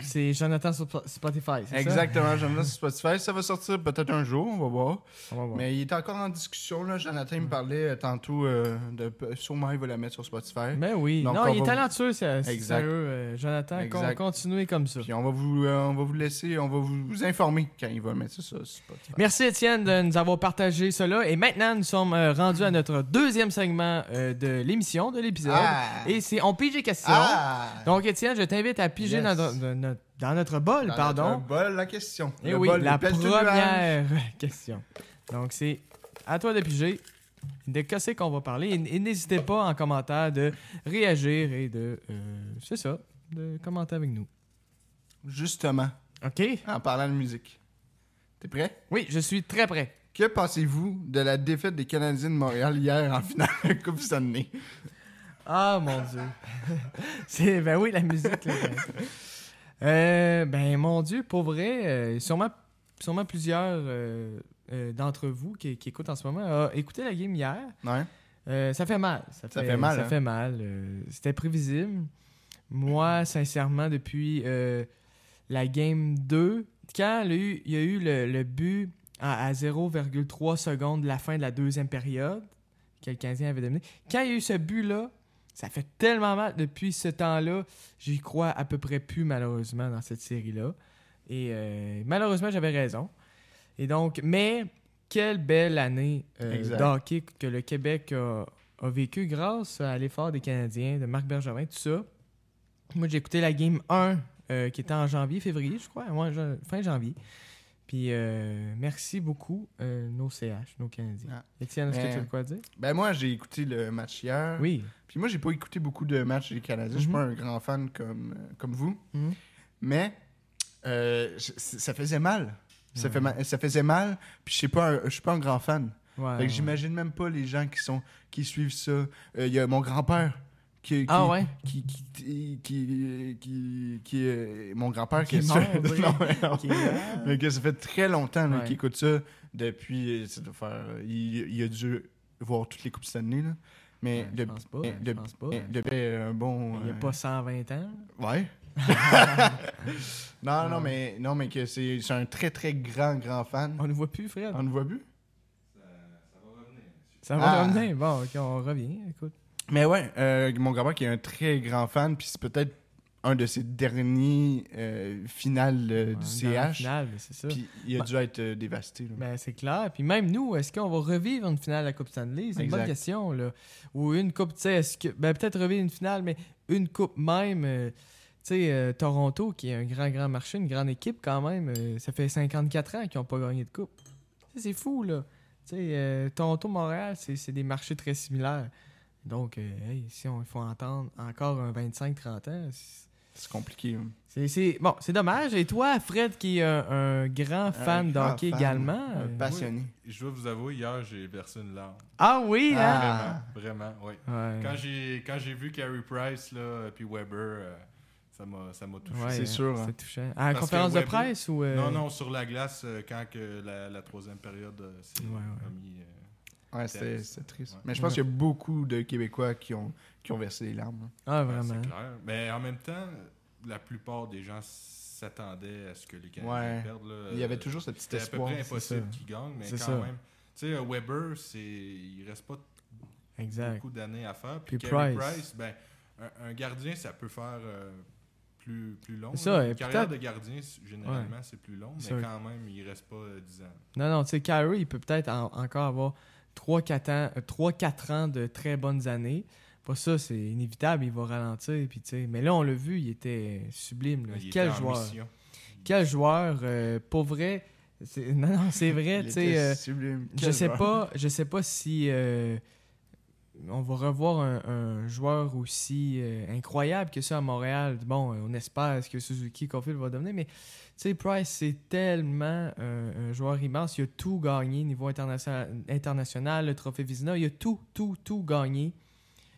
Speaker 1: c'est Jonathan sur Sp- Spotify. c'est ça?
Speaker 2: Exactement, Jonathan sur Spotify. Ça va sortir peut-être un jour, on va voir.
Speaker 1: On va voir.
Speaker 2: Mais il est encore en discussion. Là. Jonathan
Speaker 1: Mm.
Speaker 2: il me parlait euh, tantôt euh, de. p- Sûrement, il va la mettre sur Spotify.
Speaker 1: Ben oui.
Speaker 2: Donc,
Speaker 1: non,
Speaker 2: on
Speaker 1: il est
Speaker 2: va-
Speaker 1: talentueux, c'est c'est
Speaker 2: Exact.
Speaker 1: sérieux, euh, Jonathan. con-
Speaker 2: Exact.
Speaker 1: continuez comme ça.
Speaker 2: Puis on va, vous, euh, on va vous laisser, on va vous, vous informer quand il va mettre ça sur Spotify.
Speaker 1: Merci Étienne de nous avoir partagé cela. Et maintenant, nous sommes euh, rendus à notre deuxième segment euh, de l'émission, de l'épisode.
Speaker 2: Ah.
Speaker 1: Et c'est On pige des questions.
Speaker 2: Ah!
Speaker 1: Donc Étienne, je t'invite à piger
Speaker 2: Yes.
Speaker 1: dans, notre- dans notre- dans notre bol,
Speaker 2: Dans
Speaker 1: pardon.
Speaker 2: notre bol, la question.
Speaker 1: Et
Speaker 2: Le
Speaker 1: oui,
Speaker 2: bol,
Speaker 1: la
Speaker 2: le pelleté de nuages.
Speaker 1: première question. Donc, c'est à toi de piger de qu'est-ce qu'on va parler. Et, et n'hésitez pas en commentaire de réagir et de. euh, c'est ça, de commenter avec nous.
Speaker 2: Justement,
Speaker 1: OK?
Speaker 2: en parlant de musique. T'es prêt?
Speaker 1: Oui, je suis très prêt.
Speaker 2: Que pensez-vous de la défaite des Canadiens de Montréal hier en finale de la Coupe Stanley?
Speaker 1: Ah, mon Dieu. c'est, ben oui, la musique. là. Euh, ben, mon Dieu, pour vrai, euh, sûrement, sûrement plusieurs euh, euh, d'entre vous qui, qui écoutent en ce moment ont écouté la game hier.
Speaker 2: Ouais.
Speaker 1: Euh, ça fait mal. Ça fait,
Speaker 2: Ça fait mal,
Speaker 1: ça
Speaker 2: hein?
Speaker 1: fait mal. Euh, C'était prévisible. Moi, sincèrement, depuis euh, la game 2, quand il y a eu, il y a eu le, le but à, à 0,3 secondes de la fin de la deuxième période, que le Canadien avait dominé, quand il y a eu ce but-là, ça fait tellement mal. Depuis ce temps-là, j'y crois à peu près plus, malheureusement, dans cette série-là. Et euh, malheureusement, j'avais raison. Et donc, mais quelle belle année euh,
Speaker 2: Exact.
Speaker 1: de hockey que le Québec a, a vécu grâce à l'effort des Canadiens, de Marc Bergevin, tout ça. Moi, j'ai écouté la game 1 euh, qui était en janvier, février, je crois, ouais, jan- fin janvier. Puis euh, merci beaucoup, euh, nos CH, nos Canadiens.
Speaker 2: Ah.
Speaker 1: Étienne, est-ce que
Speaker 2: Euh,
Speaker 1: tu as de quoi dire?
Speaker 2: Ben moi, j'ai écouté le match hier.
Speaker 1: Oui.
Speaker 2: Puis moi, j'ai pas écouté beaucoup de matchs des Canadiens. Je suis pas un grand fan comme, euh, comme vous.
Speaker 1: Mhm.
Speaker 2: Mais euh, je- c- ça faisait mal. Ça, fait ma- ça faisait mal, puis je sais pas un- je suis pas un grand fan.
Speaker 1: Ouais,
Speaker 2: Fait que
Speaker 1: ouais.
Speaker 2: j'imagine même pas les gens qui sont qui suivent ça. Euh, Il y a mon grand-père qui, qui-
Speaker 1: Ah ouais?
Speaker 2: qui, qui, qui, qui- qui est- mon grand-père
Speaker 1: Qui
Speaker 2: qui,
Speaker 1: est mort,
Speaker 2: est
Speaker 1: oui.
Speaker 2: Non, mais non.
Speaker 1: Qui est-
Speaker 2: Mais que ça fait très longtemps là,
Speaker 1: Ouais.
Speaker 2: qu'il écoute ça depuis euh, ça doit faire euh, il, il a dû voir toutes les coupes cette année là. Mais
Speaker 1: Ouais, je
Speaker 2: de,
Speaker 1: pense pas,
Speaker 2: eh,
Speaker 1: ouais,
Speaker 2: de-
Speaker 1: je pense pas. hein.
Speaker 2: eh, depuis euh, un bon
Speaker 1: Il n'y a
Speaker 2: euh,
Speaker 1: pas 120 ans.
Speaker 2: Ouais. non non mais non mais que c'est c'est un très très grand grand fan.
Speaker 1: On ne voit plus, Fred.
Speaker 2: On ne voit plus
Speaker 1: Ça va
Speaker 2: Ah.
Speaker 1: revenir. Bon, OK, on revient. Écoute.
Speaker 2: Mais ouais, euh, mon grand-père qui est un très grand fan, puis c'est peut-être un de ses derniers euh, finales euh,
Speaker 1: Dans
Speaker 2: du
Speaker 1: la
Speaker 2: CH.
Speaker 1: finale, mais c'est ça. Bah.
Speaker 2: Puis il a dû être euh, dévasté. là.
Speaker 1: Ben, c'est clair. Puis même nous, est-ce qu'on va revivre une finale à la Coupe Stanley? C'est une bonne
Speaker 2: Exact.
Speaker 1: question, là. Ou une Coupe, tu sais, est-ce que... Ben, peut-être revivre une finale, mais une Coupe même... euh, Tu sais, euh, Toronto, qui est un grand, grand marché, une grande équipe quand même, euh, ça fait 54 ans qu'ils n'ont pas gagné de Coupe. Tu sais, C'est fou, là. Tu sais, euh, Toronto-Montréal, c'est c'est des marchés très similaires. Donc, euh, hey, si on il faut entendre encore un 25-30 ans, c'est-
Speaker 2: C'est compliqué. hein.
Speaker 1: c'est, c'est- bon, c'est dommage. Et toi, Fred, qui est un, un grand fan
Speaker 2: Un
Speaker 1: de
Speaker 2: grand
Speaker 1: hockey
Speaker 2: Ah, fan,
Speaker 1: également.
Speaker 2: un
Speaker 1: euh,
Speaker 2: passionné.
Speaker 4: Je dois vous avouer, hier, j'ai versé une larme.
Speaker 1: Ah Mm. oui, hein?
Speaker 2: Ah.
Speaker 4: Vraiment, vraiment, oui.
Speaker 1: Ouais.
Speaker 4: Quand j'ai quand j'ai vu Carey Price là, puis Weber, euh, ça m'a ça m'a touché.
Speaker 1: Ouais,
Speaker 2: c'est
Speaker 1: euh,
Speaker 2: sûr, hein.
Speaker 1: C'est touchant. À la
Speaker 4: Parce
Speaker 1: conférence
Speaker 4: que
Speaker 1: de
Speaker 4: Weber-
Speaker 1: presse ou. euh,
Speaker 4: Non, non, sur la glace, euh, quand que la, la troisième période euh, s'est
Speaker 1: Ouais, ouais.
Speaker 4: remis, euh,
Speaker 2: Ouais, c'était
Speaker 4: Ouais.
Speaker 2: c'était triste.
Speaker 4: Ouais.
Speaker 2: Mais je pense qu'il y a beaucoup de Québécois qui ont, qui ont versé des larmes. hein.
Speaker 1: Ah,
Speaker 4: Ouais,
Speaker 1: vraiment.
Speaker 4: C'est clair. Mais en même temps, la plupart des gens s'attendaient à ce que les Canadiens
Speaker 2: Ouais.
Speaker 4: perdent. là.
Speaker 2: Il y avait toujours ce petit
Speaker 4: C'était à peu
Speaker 2: espoir,
Speaker 4: près
Speaker 2: c'est
Speaker 4: impossible
Speaker 1: ça.
Speaker 4: qu'ils gagnent, mais
Speaker 1: C'est
Speaker 4: quand
Speaker 1: ça.
Speaker 4: même. Tu sais, Weber, c'est... il reste pas
Speaker 1: Exact.
Speaker 4: beaucoup d'années à faire.
Speaker 1: Puis
Speaker 4: Puis, Carey
Speaker 1: Price.
Speaker 4: Price, ben, un, un gardien, ça peut faire euh, plus, plus long.
Speaker 1: C'est
Speaker 4: là.
Speaker 1: ça, et
Speaker 4: Une carrière
Speaker 1: peut-être-
Speaker 4: de gardien, c- généralement, c'est plus long, mais
Speaker 1: C'est un-
Speaker 4: quand même, il reste pas euh, 10 ans.
Speaker 1: Non, non, tu sais, Kyrie, il peut peut-être en- encore avoir 3-4 ans, euh, 3-4 ans de très bonnes années. Pas ça, c'est inévitable, il va ralentir. Puis, tu sais, mais là, on l'a vu, il était sublime. là.
Speaker 4: Il était
Speaker 1: Quel
Speaker 4: en
Speaker 1: joueur.
Speaker 4: mission.
Speaker 1: Quel joueur. euh, pour vrai. c'est- Non, non, c'est vrai.
Speaker 2: Il
Speaker 1: tu
Speaker 2: était
Speaker 1: sais. euh,
Speaker 2: sublime.
Speaker 1: Je
Speaker 2: Quel
Speaker 1: sais
Speaker 2: joueur.
Speaker 1: pas, je sais pas si euh, on va revoir un, un joueur aussi euh, incroyable que ça à Montréal. Bon, euh, on espère ce que Suzuki Caulfield va devenir, mais tu sais, Price, c'est tellement euh, un joueur immense. Il a tout gagné niveau international, international, le trophée Vizina. Il a tout, tout, tout gagné,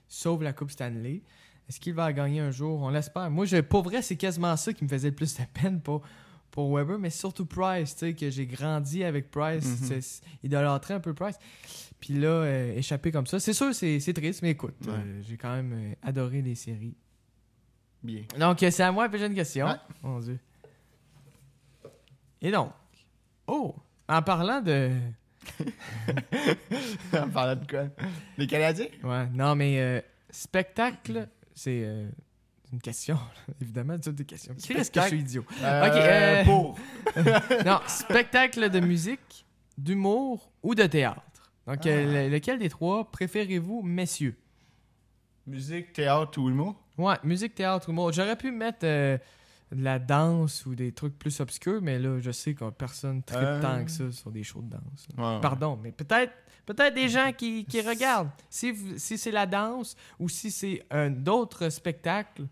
Speaker 1: sauf la Coupe Stanley. Est-ce qu'il va la gagner un jour? On l'espère. Moi, je, pour vrai, c'est quasiment ça qui me faisait le plus de peine pour, pour Weber, mais surtout Price, tu sais, que j'ai grandi avec Price,
Speaker 2: Mhm.
Speaker 1: c'est- c'est- idolâtrer un peu Price. Puis là, euh, échapper comme ça, c'est sûr, c'est c'est triste, mais écoute,
Speaker 2: Ouais.
Speaker 1: euh, j'ai quand même euh, adoré les séries.
Speaker 2: Bien.
Speaker 1: Donc, euh, c'est à moi, puis j'ai une question.
Speaker 2: Ouais.
Speaker 1: Mon Dieu. Et donc, oh, en parlant de.
Speaker 2: On parlait de quoi Les Canadiens
Speaker 1: Ouais, non, mais euh, spectacle, c'est euh, une question, évidemment, toutes des questions. Qu'est-ce que je
Speaker 2: Spectacle.
Speaker 1: suis idiot?
Speaker 2: Euh,
Speaker 1: Ok, euh,
Speaker 2: Pour.
Speaker 1: Non, spectacle de musique, d'humour ou de théâtre. Donc,
Speaker 2: Ah.
Speaker 1: euh, le- lequel des trois préférez-vous, messieurs?
Speaker 2: Musique, théâtre ou humour
Speaker 1: Ouais, musique, théâtre, humour. J'aurais pu mettre euh, de la danse ou des trucs plus obscurs, mais là, je sais que personne tripe
Speaker 2: Euh.
Speaker 1: tant que ça sur des shows de danse.
Speaker 2: Ouais.
Speaker 1: Pardon, mais peut-être peut-être des gens qui, qui regardent. Si, vous- si c'est la danse ou si c'est un d'autres spectacles,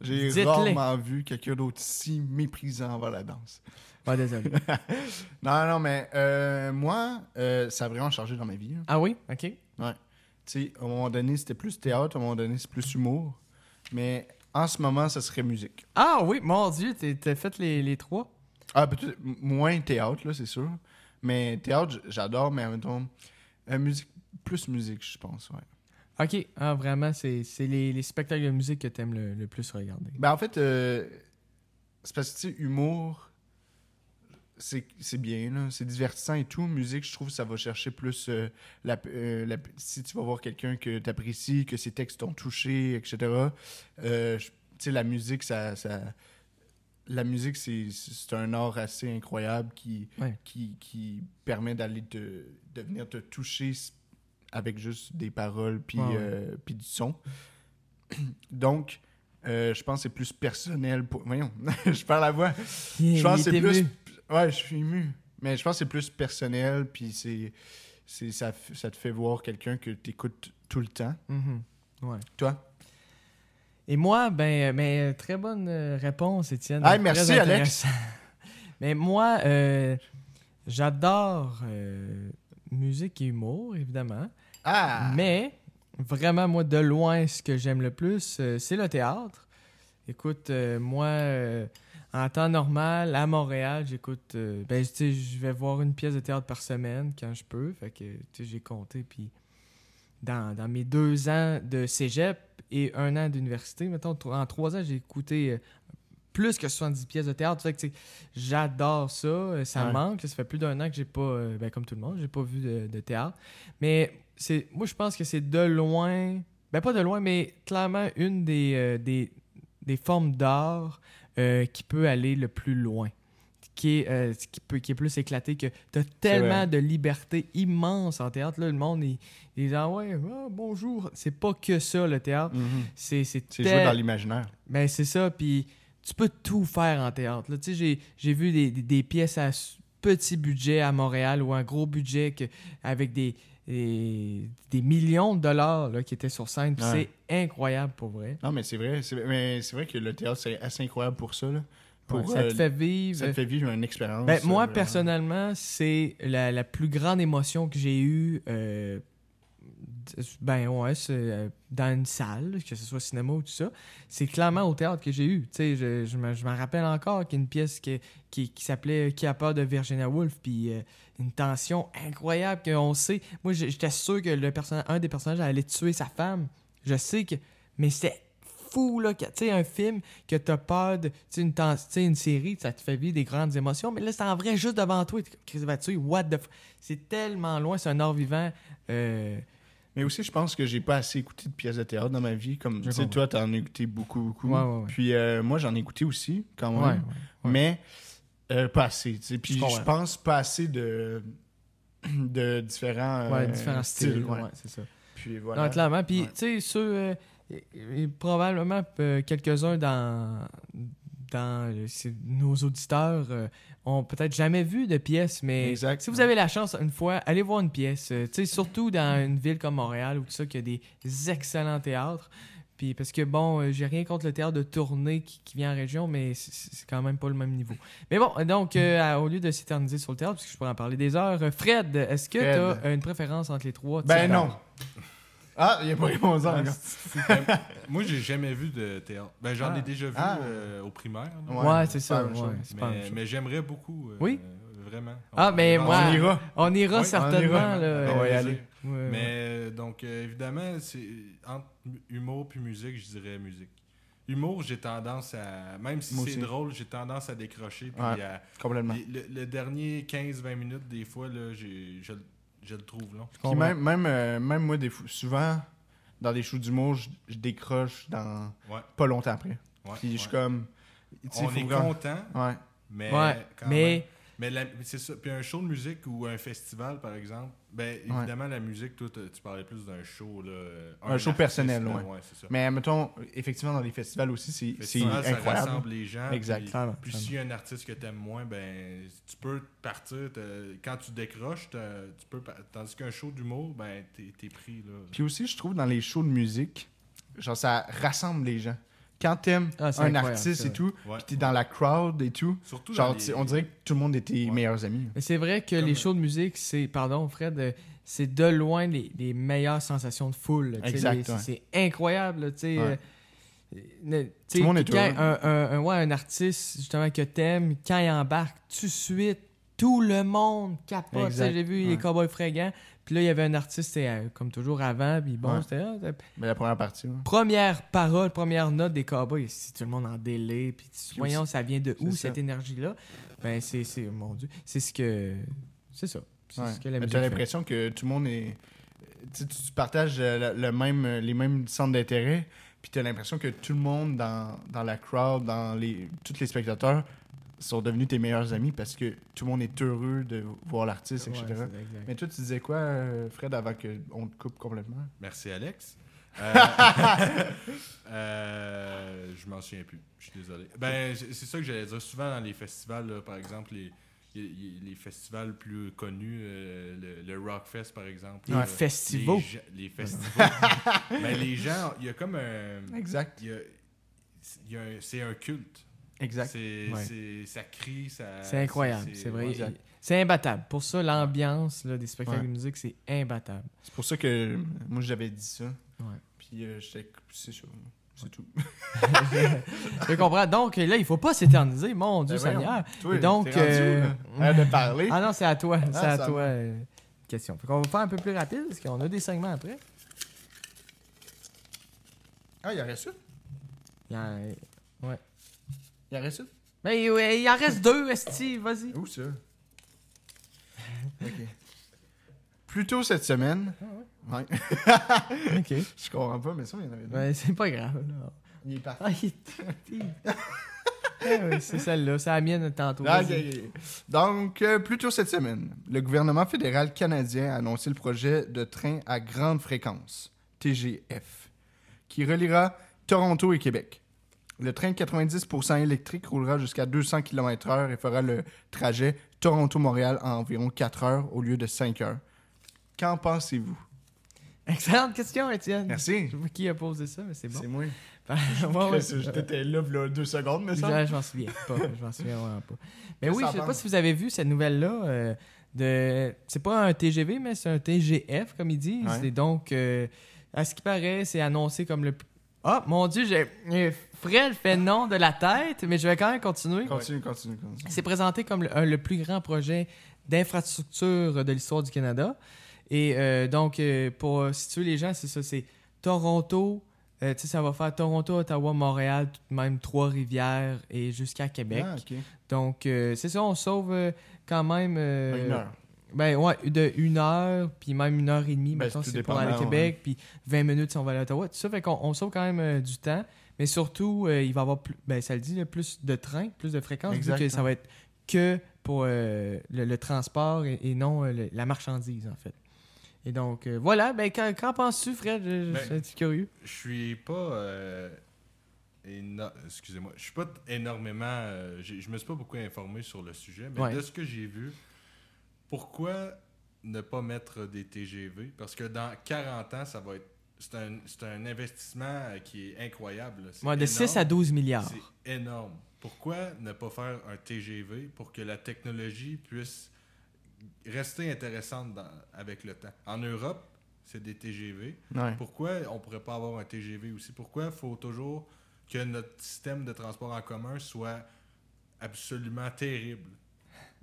Speaker 2: J'ai
Speaker 1: Dites-les.
Speaker 2: rarement vu quelqu'un d'autre si méprisant envers la danse.
Speaker 1: Ah, désolé.
Speaker 2: Non, non, mais euh, moi, euh, ça a vraiment changé dans ma vie. hein.
Speaker 1: ah oui? OK.
Speaker 2: Tu sais, à un moment donné, c'était plus théâtre, à un moment donné, c'est plus humour. Mais en ce moment, ça serait musique.
Speaker 1: Ah oui, mon Dieu, t'es- t'as fait les, les trois?
Speaker 2: Ah, peut-être m- moins théâtre, là, c'est sûr. Mais théâtre, j- j'adore, mais en même temps, euh, musique, plus musique, je pense, ouais.
Speaker 1: OK. Ah, vraiment, c'est c'est les, les spectacles de musique que t'aimes le, le plus regarder.
Speaker 2: Ben, en fait, euh, c'est parce que, tu sais, humour, c'est c'est bien, là. C'est divertissant et tout. Musique, je trouve, ça va chercher plus. euh, la, euh, la- si tu vas voir quelqu'un que tu apprécies, que ses textes t'ont touché, etc. euh, je- tu sais, la musique, ça. ça- la musique, c'est c'est un art assez incroyable qui,
Speaker 1: Ouais.
Speaker 2: qui, qui permet d'aller te, de venir te toucher s- avec juste des paroles puis
Speaker 1: Ouais, ouais.
Speaker 2: euh, puis du son. Donc, euh, je pense que c'est plus personnel. Pour... Voyons, je perds la voix. Je pense que c'est plus. Ouais, je suis ému. Mais je pense que c'est plus personnel, puis c'est. c'est- Ça, f- ça te fait voir quelqu'un que tu écoutes tout le temps.
Speaker 1: Mhm. Ouais.
Speaker 2: Toi?
Speaker 1: Et moi, ben, euh, mais euh, très bonne euh, réponse, Étienne.
Speaker 2: Ah,
Speaker 1: Très
Speaker 2: merci, Alex.
Speaker 1: intéressant. mais moi, euh, j'adore euh, musique et humour, évidemment.
Speaker 2: Ah!
Speaker 1: Mais vraiment, moi, de loin, ce que j'aime le plus, euh, c'est le théâtre. Écoute, euh, moi, euh, en temps normal, à Montréal, j'écoute. euh, ben, tu sais, je vais voir une pièce de théâtre par semaine quand je peux. Fait que, tu sais, j'ai compté. Puis, dans, dans mes deux ans de cégep et un an d'université, mettons, tro- en trois ans, j'ai écouté. euh, plus que 70 pièces de théâtre. Fait que, tu sais, j'adore ça. euh, Ça me
Speaker 2: Ouais.
Speaker 1: manque. Ça fait plus d'un an que j'ai pas, euh, ben, comme tout le monde, j'ai pas vu de- de théâtre. Mais c'est, moi, je pense que c'est de loin, ben pas de loin, mais clairement une des, euh, des, des formes d'art euh, qui peut aller le plus loin, qui est, euh, qui peut, qui est plus éclatée, que tu as tellement
Speaker 2: vrai.
Speaker 1: de liberté immense en théâtre. Là, le monde, il, il dit Ah ouais, ah, bonjour. C'est pas que ça, le théâtre.
Speaker 2: Mhm.
Speaker 1: C'est, c'est,
Speaker 2: C'est
Speaker 1: tel-
Speaker 2: joué dans l'imaginaire.
Speaker 1: ben, c'est ça, puis tu peux tout faire en théâtre. là. Tu sais, j'ai, j'ai vu des, des- des pièces à s- petit budget à Montréal ou un gros budget que- avec des, des, des millions de dollars là, qui étaient sur scène. puis
Speaker 2: Ouais.
Speaker 1: C'est incroyable pour vrai.
Speaker 2: Non, mais c'est vrai. C'est mais c'est vrai que le théâtre, c'est assez incroyable pour ça. Là. Pour,
Speaker 1: Ouais, ça
Speaker 2: euh,
Speaker 1: te fait vivre. hein.
Speaker 2: ça te fait vivre une expérience.
Speaker 1: Ben, moi,
Speaker 2: euh, vraiment.
Speaker 1: personnellement, c'est la, la plus grande émotion que j'ai eue. euh, d- ben ouais, c'est, euh, dans une salle, que ce soit cinéma ou tout ça. C'est clairement au théâtre que j'ai eu. Tu sais, je, je me- je m'en rappelle encore qu'il y a une pièce qui, qui, qui s'appelait Qui a peur de Virginia Woolf, puis euh, une tension incroyable qu'on sait. Moi, j'- j'étais sûr que le personnage, un des personnages allait tuer sa femme. Je sais que. Mais c'était fou, là. que- Tu sais, un film que t'as peur de. Tu sais, une, tens- tu sais, une série, ça te fait vivre des grandes émotions. Mais là, c'est en vrai juste devant toi. t'es comme, Chris va tuer, what the f- C'est tellement loin, c'est un art vivant. euh,
Speaker 2: Mais aussi, je pense que j'ai pas assez écouté de pièces de théâtre dans ma vie. Comme
Speaker 1: Je
Speaker 2: tu sais,
Speaker 1: comprends.
Speaker 2: toi, t'en as écouté beaucoup, beaucoup.
Speaker 1: Ouais, ouais, ouais.
Speaker 2: Puis euh, moi, j'en ai écouté aussi, quand
Speaker 1: ouais,
Speaker 2: même.
Speaker 1: ouais. Ouais.
Speaker 2: mais euh, pas assez. tu sais. Puis
Speaker 1: Je comprends.
Speaker 2: je pense pas assez de, de différents, euh,
Speaker 1: Ouais, différents styles.
Speaker 2: ouais.
Speaker 1: ouais, c'est ça.
Speaker 2: Puis voilà.
Speaker 1: Non, clairement. Puis,
Speaker 2: Ouais.
Speaker 1: tu sais, ceux. euh, et- et probablement euh, quelques-uns dans, dans le- c'est- nos auditeurs euh, ont peut-être jamais vu de pièce, mais
Speaker 2: Exact,
Speaker 1: si vous
Speaker 2: ouais.
Speaker 1: avez la chance, une fois, allez voir une pièce. Euh, tu sais, surtout
Speaker 2: Mm.
Speaker 1: dans une ville comme Montréal, où tout ça, qu'il y a des excellents théâtres. Puis, parce que bon, euh, j'ai rien contre le théâtre de tournée qui, qui vient en région, mais c'est- c'est c'est quand même pas le même niveau. Mais bon, donc,
Speaker 2: Mm.
Speaker 1: euh, à- au lieu de s'éterniser sur le théâtre, parce que je pourrais en parler des heures, euh, Fred, est-ce que tu
Speaker 2: Fred.
Speaker 1: as une préférence entre les trois?
Speaker 2: ben
Speaker 1: théâtres?
Speaker 2: non. Ah, il a pas répondu
Speaker 4: Ah,
Speaker 2: encore.
Speaker 4: c'est- c'est- Moi, j'ai jamais vu de théâtre. Ben, j'en
Speaker 1: Ah.
Speaker 4: ai déjà vu
Speaker 2: Ah.
Speaker 4: euh, au primaire. là.
Speaker 1: Ouais, c'est
Speaker 2: pas
Speaker 1: ça.
Speaker 2: la même
Speaker 1: ouais,
Speaker 2: chose.
Speaker 1: c'est pas la même
Speaker 4: Mais,
Speaker 1: chose.
Speaker 4: mais j'aimerais beaucoup. euh,
Speaker 1: Oui.
Speaker 4: Vraiment.
Speaker 1: Ah, mais
Speaker 4: On-
Speaker 1: moi-
Speaker 2: On ira.
Speaker 1: On ira
Speaker 4: Oui, on
Speaker 1: certainement. là,
Speaker 2: ira. On
Speaker 1: euh,
Speaker 2: va y
Speaker 1: ouais,
Speaker 2: aller.
Speaker 1: ouais.
Speaker 4: Mais euh, donc, euh, évidemment, c'est entre mu- humour puis musique, je dirais musique. Humour, j'ai tendance à. Même si
Speaker 2: Moi
Speaker 4: c'est
Speaker 2: aussi.
Speaker 4: drôle, j'ai tendance à décrocher. Puis
Speaker 2: Ouais.
Speaker 4: à-
Speaker 2: Complètement.
Speaker 4: les- le, le dernier 15-20 minutes, des fois, là, j'ai- je, le- je le trouve long.
Speaker 1: Je
Speaker 2: Puis
Speaker 1: comprends.
Speaker 2: même, même, euh, même moi, des fois, souvent, dans des shows d'humour, je, je décroche dans
Speaker 4: Ouais.
Speaker 2: pas longtemps après.
Speaker 4: ouais,
Speaker 2: Puis je suis
Speaker 4: ouais.
Speaker 2: comme. tu sais,
Speaker 4: On
Speaker 2: faut
Speaker 4: est
Speaker 2: vraiment-
Speaker 4: content,
Speaker 2: Ouais.
Speaker 4: mais.
Speaker 1: Ouais,
Speaker 4: quand même.
Speaker 1: mais
Speaker 4: Mais la- c'est ça. Puis un show de musique ou un festival, par exemple, ben évidemment, la musique, toi, t'as- tu parlais plus d'un show. Là, euh,
Speaker 2: Un show personnel,
Speaker 4: là,
Speaker 2: ouais.
Speaker 4: c'est ça.
Speaker 2: Mais mettons, effectivement, dans les festivals aussi, c'est- c'est
Speaker 4: Festival, Ça
Speaker 2: incroyable. hein.
Speaker 4: rassemble les gens.
Speaker 2: Exact.
Speaker 4: Puis,
Speaker 1: Clairement,
Speaker 4: puis
Speaker 1: clairement.
Speaker 4: s'il y a un artiste que t'aimes moins, ben tu peux partir. t'as- Quand tu décroches, t'as- tu peux. par- Tandis qu'un show d'humour, ben t'es t'es pris là.
Speaker 2: Puis aussi, je trouve, dans les shows de musique, genre, ça rassemble les gens. Quand t'aimes
Speaker 1: Ah, c'est
Speaker 2: un
Speaker 1: incroyable,
Speaker 2: artiste
Speaker 1: ça.
Speaker 2: et tout,
Speaker 4: Ouais.
Speaker 2: puis t'es dans la crowd et tout,
Speaker 4: Surtout
Speaker 2: genre,
Speaker 4: dans les-
Speaker 2: tu- on dirait que tout le monde est tes
Speaker 4: Ouais.
Speaker 2: meilleurs amis.
Speaker 1: Mais c'est vrai que
Speaker 4: Comme-
Speaker 1: les shows de musique, c'est, pardon Fred, euh, c'est de loin les, les meilleures sensations de foule. là, tu sais,
Speaker 2: Exact,
Speaker 1: les-
Speaker 2: ouais.
Speaker 1: C'est incroyable, là, tu sais.
Speaker 2: Ouais.
Speaker 1: euh, ne- tu sais,
Speaker 2: le monde est
Speaker 1: quand
Speaker 2: heureux.
Speaker 1: un, un- un- ouais, un artiste justement que t'aimes, quand il embarque, tout de suite, tout le monde capote. Tu sais,
Speaker 2: Exact,
Speaker 1: J'ai vu les
Speaker 2: ouais.
Speaker 1: Cowboys Fringants, puis là il y avait un artiste, c'était, euh, comme toujours avant, puis bon,
Speaker 2: Ouais.
Speaker 1: c'était ah, c'était-
Speaker 2: Mais la première partie, ouais.
Speaker 1: première parole, première note des Cowboys, si tout le monde en délai, puis tu-
Speaker 2: Puis
Speaker 1: voyons ça vient de où
Speaker 2: c'est
Speaker 1: cette
Speaker 2: ça.
Speaker 1: énergie-là, ben c'est, c'est, mon Dieu, c'est ce que, c'est ça, c'est
Speaker 2: Ouais.
Speaker 1: ce que la
Speaker 2: Mais
Speaker 1: musique
Speaker 2: T'as
Speaker 1: fait.
Speaker 2: l'impression que tout le monde est. Tu, sais, tu- tu partages euh, la- le même, euh, les mêmes centres d'intérêt, puis t'as l'impression que tout le monde dans, dans la crowd, dans les, tous les spectateurs, sont devenus tes meilleurs amis parce que tout le monde est heureux de voir l'artiste,
Speaker 1: Ouais,
Speaker 2: etc.
Speaker 1: c'est exact.
Speaker 2: Mais toi, tu disais quoi, euh, Fred, avant qu'on te coupe complètement
Speaker 4: Merci Alex. Euh, euh, je m'en souviens plus. Je suis désolé. Ben, c'est c'est ça que j'allais dire. Souvent dans les festivals, là, par exemple, les, les, les festivals plus connus, euh, le, le Rockfest, par exemple.
Speaker 1: Les
Speaker 4: euh,
Speaker 1: festivals.
Speaker 4: Les, gens- les festivals. Ben, les gens, il y a comme un.
Speaker 2: Exact.
Speaker 4: il y a- il y a un- c'est un culte.
Speaker 2: Exact.
Speaker 4: C'est-
Speaker 1: Ouais.
Speaker 4: c'est- Ça crie, ça.
Speaker 1: C'est incroyable, c'est vrai.
Speaker 2: ouais.
Speaker 1: C'est imbattable. Pour ça, l'ambiance là, des spectacles
Speaker 2: Ouais.
Speaker 1: de musique, c'est imbattable.
Speaker 2: C'est pour ça que euh, moi, j'avais dit ça.
Speaker 1: Ouais.
Speaker 2: Puis euh, j'étais. cou- C'est sûr. C'est tout.
Speaker 1: Je comprends. Donc là, il faut pas s'éterniser, mon Dieu
Speaker 2: Ben voyons,
Speaker 1: Seigneur.
Speaker 2: toi,
Speaker 1: Et donc,
Speaker 2: t'es rendu où,
Speaker 1: euh,
Speaker 2: là? Arrête de parler.
Speaker 1: Ah non, c'est à toi, c'est à
Speaker 2: ça
Speaker 1: toi. euh, question. Fait qu'on va faire un peu plus rapide parce qu'on a des segments après.
Speaker 2: Ah, il en reste une.
Speaker 1: Il y en-
Speaker 2: Il en reste une.
Speaker 1: Mais ouais, il en reste deux, Esti, vas-y.
Speaker 2: Où ça? ok. Plus tôt cette semaine. ouais.
Speaker 1: Ok.
Speaker 2: Je comprends pas, mais ça, il y en avait deux.
Speaker 1: Ben, c'est pas grave. là.
Speaker 2: Il est parti.
Speaker 1: Ah, il est tout petit. Ah oui, c'est celle-là, c'est la mienne tantôt.
Speaker 2: Ah,
Speaker 1: Vas-y.
Speaker 2: ok, ok. Donc, euh, plus tôt cette semaine, le gouvernement fédéral canadien a annoncé le projet de train à grande fréquence, TGF, qui reliera Toronto et Québec. Le train 90% électrique roulera jusqu'à 200 km/h et fera le trajet Toronto-Montréal en environ 4 heures au lieu de 5 heures. Qu'en pensez-vous?
Speaker 1: Excellente question, Étienne.
Speaker 2: Merci.
Speaker 1: Je sais pas qui a posé ça, mais c'est bon. Ah
Speaker 2: C'est moi.
Speaker 1: Ouais, ouais.
Speaker 2: Chris, J'étais là, v'là deux secondes, mais ça.
Speaker 1: Je, je m'en souviens pas. Je m'en souviens vraiment pas. Mais
Speaker 2: Qu'est-ce
Speaker 1: oui, je
Speaker 2: que
Speaker 1: sais
Speaker 2: t'en
Speaker 1: pas
Speaker 2: penses?
Speaker 1: si vous avez vu cette nouvelle-là. euh, de... C'est pas un TGV, mais c'est un TGF, comme ils disent.
Speaker 2: Ouais.
Speaker 1: Et donc, euh, à ce qui paraît, c'est annoncé comme le. Ah, mon Dieu, j'ai. euh, Fred fait non de la tête, mais je vais quand même continuer.
Speaker 2: Continue, continue, continue.
Speaker 1: C'est présenté comme le, un- le plus grand projet d'infrastructure de l'histoire du Canada. Et euh, donc, euh, pour situer les gens, c'est ça, c'est Toronto, euh, tu sais, ça va faire Toronto, Ottawa, Montréal, tout de même Trois-Rivières et jusqu'à Québec.
Speaker 2: Ah, ok.
Speaker 1: Donc, euh, c'est ça, on sauve euh, quand même... euh,
Speaker 2: Une heure.
Speaker 1: Ben ouais, de une heure, puis même une heure et demie,
Speaker 2: Ben,
Speaker 1: mettons,
Speaker 2: c'est tout
Speaker 1: c'est pour aller à
Speaker 2: dépendant,
Speaker 1: Québec, puis 20 minutes si on va aller à Ottawa. Tout ça fait qu'on on sauve quand même euh, du temps, mais surtout, euh, il va y avoir plus, ben, ça le dit, là, plus de trains, plus de fréquences, vu que
Speaker 2: Exact,
Speaker 1: ça va être que pour euh, le, le transport et, et non euh, le- la marchandise, en fait. Et donc, euh, voilà, ben, qu'en qu'en penses-tu, Fred? Je, je
Speaker 4: Ben,
Speaker 1: suis un petit curieux.
Speaker 4: Je suis pas. euh, éno- Excusez-moi. Je suis pas t- énormément. euh, j'ai- je me suis pas beaucoup informé sur le sujet, mais
Speaker 1: Ouais.
Speaker 4: de ce que j'ai vu, pourquoi ne pas mettre des TGV Parce que dans 40 ans, ça va être. C'est un, c'est un investissement euh, qui est incroyable. là. C'est
Speaker 1: Ouais, de 6
Speaker 4: énorme.
Speaker 1: à 12 milliards.
Speaker 4: C'est énorme. Pourquoi ne pas faire un TGV pour que la technologie puisse rester intéressante dans- avec le temps? En Europe, c'est des TGV.
Speaker 2: Ouais.
Speaker 4: Pourquoi on pourrait pas avoir un TGV aussi? Pourquoi faut toujours que notre système de transport en commun soit absolument terrible?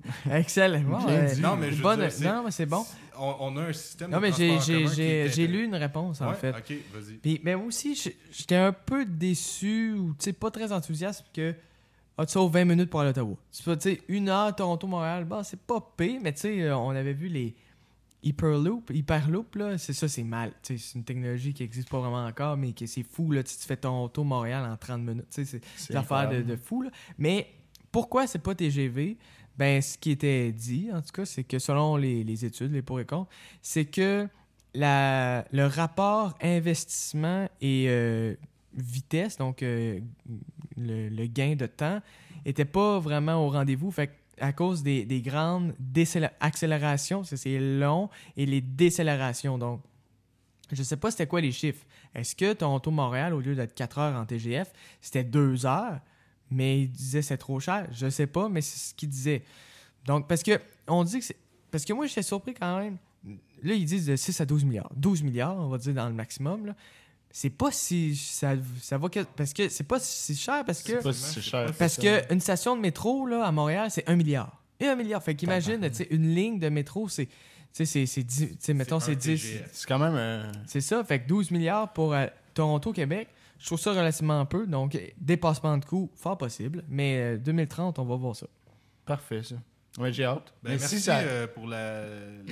Speaker 1: Excellent.
Speaker 2: Bien dit.
Speaker 4: Non, mais je veux
Speaker 1: Bonne-
Speaker 4: dire, c'est-
Speaker 1: non, mais c'est bon.
Speaker 4: On, on a un système
Speaker 1: Non,
Speaker 4: de
Speaker 1: mais j'ai-
Speaker 4: transport en
Speaker 1: j'ai
Speaker 4: commun qui est
Speaker 1: j'ai- j'ai lu une
Speaker 4: terrible.
Speaker 1: réponse, en
Speaker 4: Ouais,
Speaker 1: fait.
Speaker 4: OK, vas-y.
Speaker 1: Puis, mais moi aussi, j'- j'étais un peu déçu ou tu sais, pas très enthousiaste que ah, tu sauves 20 minutes pour aller à Ottawa. Tu sais, tu sais, une heure Toronto-Montréal, bah, c'est pas pire, mais tu sais, euh, on avait vu les Hyperloop, Hyperloop, là, c'est ça, c'est mal. Tu sais, C'est une technologie qui existe pas vraiment encore, mais que c'est fou, là, tu tu fais Toronto-Montréal en 30 minutes. Tu sais, c'est
Speaker 2: C'est
Speaker 1: des affaires de,
Speaker 2: incroyable.
Speaker 1: de fou. là. Mais pourquoi c'est pas TGV? Ben, ce qui était dit, en tout cas, c'est que selon les, les études, les pour et contre, c'est que la, le rapport investissement et euh, vitesse, donc euh, le, le gain de temps, était pas vraiment au rendez-vous. Fait que à cause des, des grandes décéla- accélérations, parce que c'est long, et les décélérations. Donc, je sais pas c'était quoi les chiffres. Est-ce que Toronto-Montréal, au lieu d'être 4 heures en TGF, c'était 2 heures, mais il disait c'est trop cher. Je sais pas, mais c'est ce qu'il disait. Donc, parce que on dit que c'est. Parce que moi, j'étais surpris quand même. Là, ils disent de 6 à 12 milliards. 12 milliards, on va dire, dans le maximum. là. C'est pas si. Ça, ça va que- Parce que c'est pas si cher, parce que.
Speaker 2: C'est pas si cher.
Speaker 1: Parce
Speaker 2: ça.
Speaker 1: que une station de métro là, à Montréal, c'est un milliard. Et un milliard. Fait qu'imagine, tu sais, une ligne de métro, c'est. Tu sais, c'est- c'est dix- tu sais, mettons,
Speaker 4: C'est
Speaker 1: c'est
Speaker 4: un
Speaker 1: 10.
Speaker 4: TGF.
Speaker 2: C'est quand même. euh,
Speaker 1: C'est ça. Fait que 12 milliards pour euh, Toronto, Québec. Je trouve ça relativement peu. Donc, euh, dépassement de coût, fort possible. Mais euh, 2030, on va voir ça.
Speaker 2: Parfait, ça. Ouais, j'ai hâte.
Speaker 4: Ben,
Speaker 2: Mais
Speaker 4: merci
Speaker 2: si ça.
Speaker 4: euh, pour la,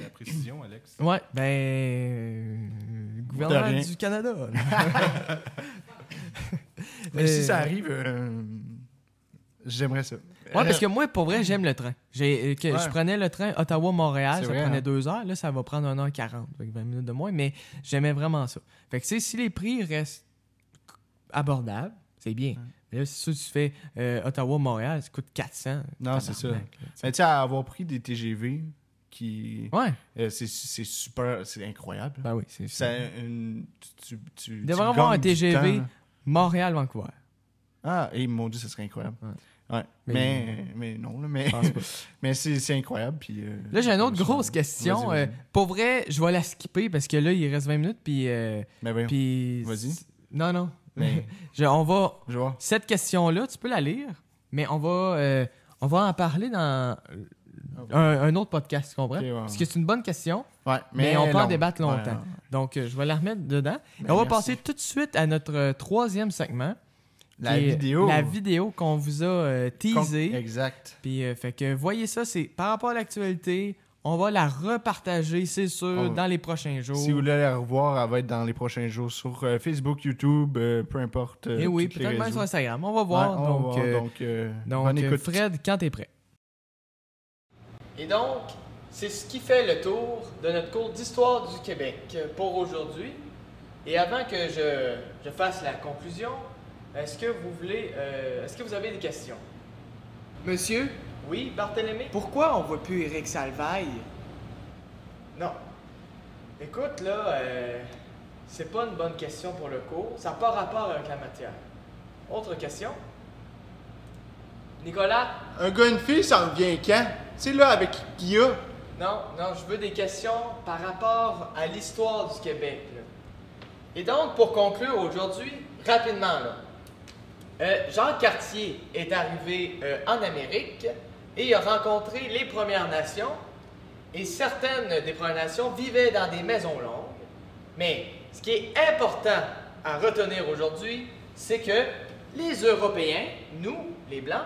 Speaker 4: la précision, Alex.
Speaker 1: Ouais, ben. euh,
Speaker 2: De
Speaker 1: gouvernement
Speaker 2: rien.
Speaker 1: du Canada. là.
Speaker 2: Mais si ça
Speaker 1: Euh,
Speaker 2: arrive, euh, j'aimerais ça.
Speaker 1: Ouais, parce que moi, pour vrai, j'aime le train. J'ai, euh, que
Speaker 2: Euh, Ouais.
Speaker 1: Je prenais le train Ottawa-Montréal,
Speaker 2: C'est
Speaker 1: ça
Speaker 2: vrai,
Speaker 1: prenait
Speaker 2: hein.
Speaker 1: deux heures. Là, ça va prendre 1h40, fait que 20 minutes de moins, mais j'aimais vraiment ça. Fait que, tu sais, si les prix restent abordables, c'est bien.
Speaker 2: Mm.
Speaker 1: Mais là, si tu fais euh, Ottawa-Montréal, ça coûte 400.
Speaker 2: Non, c'est ça.
Speaker 1: tabarnak, là, tu sais.
Speaker 2: Mais tu sais, à avoir pris des TGV qui.
Speaker 1: Ouais,
Speaker 2: euh, c'est c'est super. C'est incroyable.
Speaker 1: ben oui, c'est ça.
Speaker 2: Ça, une- tu, tu- tu-
Speaker 1: Il devrait
Speaker 2: tu
Speaker 1: avoir un
Speaker 2: gagnes du
Speaker 1: TGV.
Speaker 2: temps. hein.
Speaker 1: Montréal-Vancouver.
Speaker 2: Ah, et mon Dieu, ça serait incroyable. Ouais.
Speaker 1: Mais-
Speaker 2: Mais, mais non, là, mais,
Speaker 1: Je pense pas.
Speaker 2: mais c'est c'est incroyable. Puis, euh,
Speaker 1: Là, j'ai une autre
Speaker 2: ça-
Speaker 1: grosse question.
Speaker 2: Vas-y,
Speaker 1: Euh,
Speaker 2: vas-y.
Speaker 1: pour vrai, je vais la skipper parce que là, il reste 20 minutes, puis. euh,
Speaker 2: mais Ben voyons.
Speaker 1: puis
Speaker 2: Vas-y.
Speaker 1: Non, non.
Speaker 2: Mais-
Speaker 1: Je- on va,
Speaker 2: Je vois.
Speaker 1: cette question-là, tu peux la lire, mais on va, euh, on va en parler dans euh, un, un autre podcast, tu comprends?
Speaker 2: Ok, ouais, ouais.
Speaker 1: Parce que c'est une bonne question,
Speaker 2: Ouais,
Speaker 1: mais, on peut en
Speaker 2: long.
Speaker 1: débattre
Speaker 2: Ouais,
Speaker 1: longtemps.
Speaker 2: ouais.
Speaker 1: Donc, euh, je vais la remettre dedans.
Speaker 2: Ben,
Speaker 1: Et on va
Speaker 2: merci.
Speaker 1: passer tout de suite à notre euh, troisième segment.
Speaker 2: La
Speaker 1: qui est
Speaker 2: vidéo.
Speaker 1: La vidéo qu'on vous a euh, teasée.
Speaker 2: Exact.
Speaker 1: Puis, euh, fait que, voyez ça, c'est par rapport à l'actualité, on va la repartager, c'est sûr,
Speaker 2: On-
Speaker 1: dans les prochains jours.
Speaker 2: Si vous voulez la revoir, elle va être dans les prochains jours sur euh, Facebook, YouTube, euh, peu importe.
Speaker 1: Et Eh oui, peut-être même sur Instagram. On va voir. donc, euh,
Speaker 2: donc, euh,
Speaker 1: Donc,
Speaker 2: bonne
Speaker 1: euh,
Speaker 2: écoute.
Speaker 1: Fred, quand t'es prêt. Et donc, c'est ce qui fait le tour de notre cours d'histoire du Québec pour aujourd'hui. Et avant que je, je fasse la conclusion, est-ce que vous voulez, euh, est-ce que vous avez des questions Monsieur Oui, Barthélémy. Pourquoi on voit plus Eric Salvaille Non. Écoute, là, euh, c'est pas une bonne question pour le cours. Ça n'a pas rapport avec la matière. Autre question Nicolas,
Speaker 3: Un gars, une fille, ça revient quand? C'est là avec qui qu'il y a.
Speaker 1: Non, non, je veux des questions par rapport à l'histoire du Québec. là. Et donc, pour conclure aujourd'hui, rapidement, là, euh, Jean Cartier est arrivé euh, en Amérique et a rencontré les Premières Nations. Et certaines des Premières Nations vivaient dans des maisons longues. Mais ce qui est important à retenir aujourd'hui, c'est que les Européens, nous, les Blancs,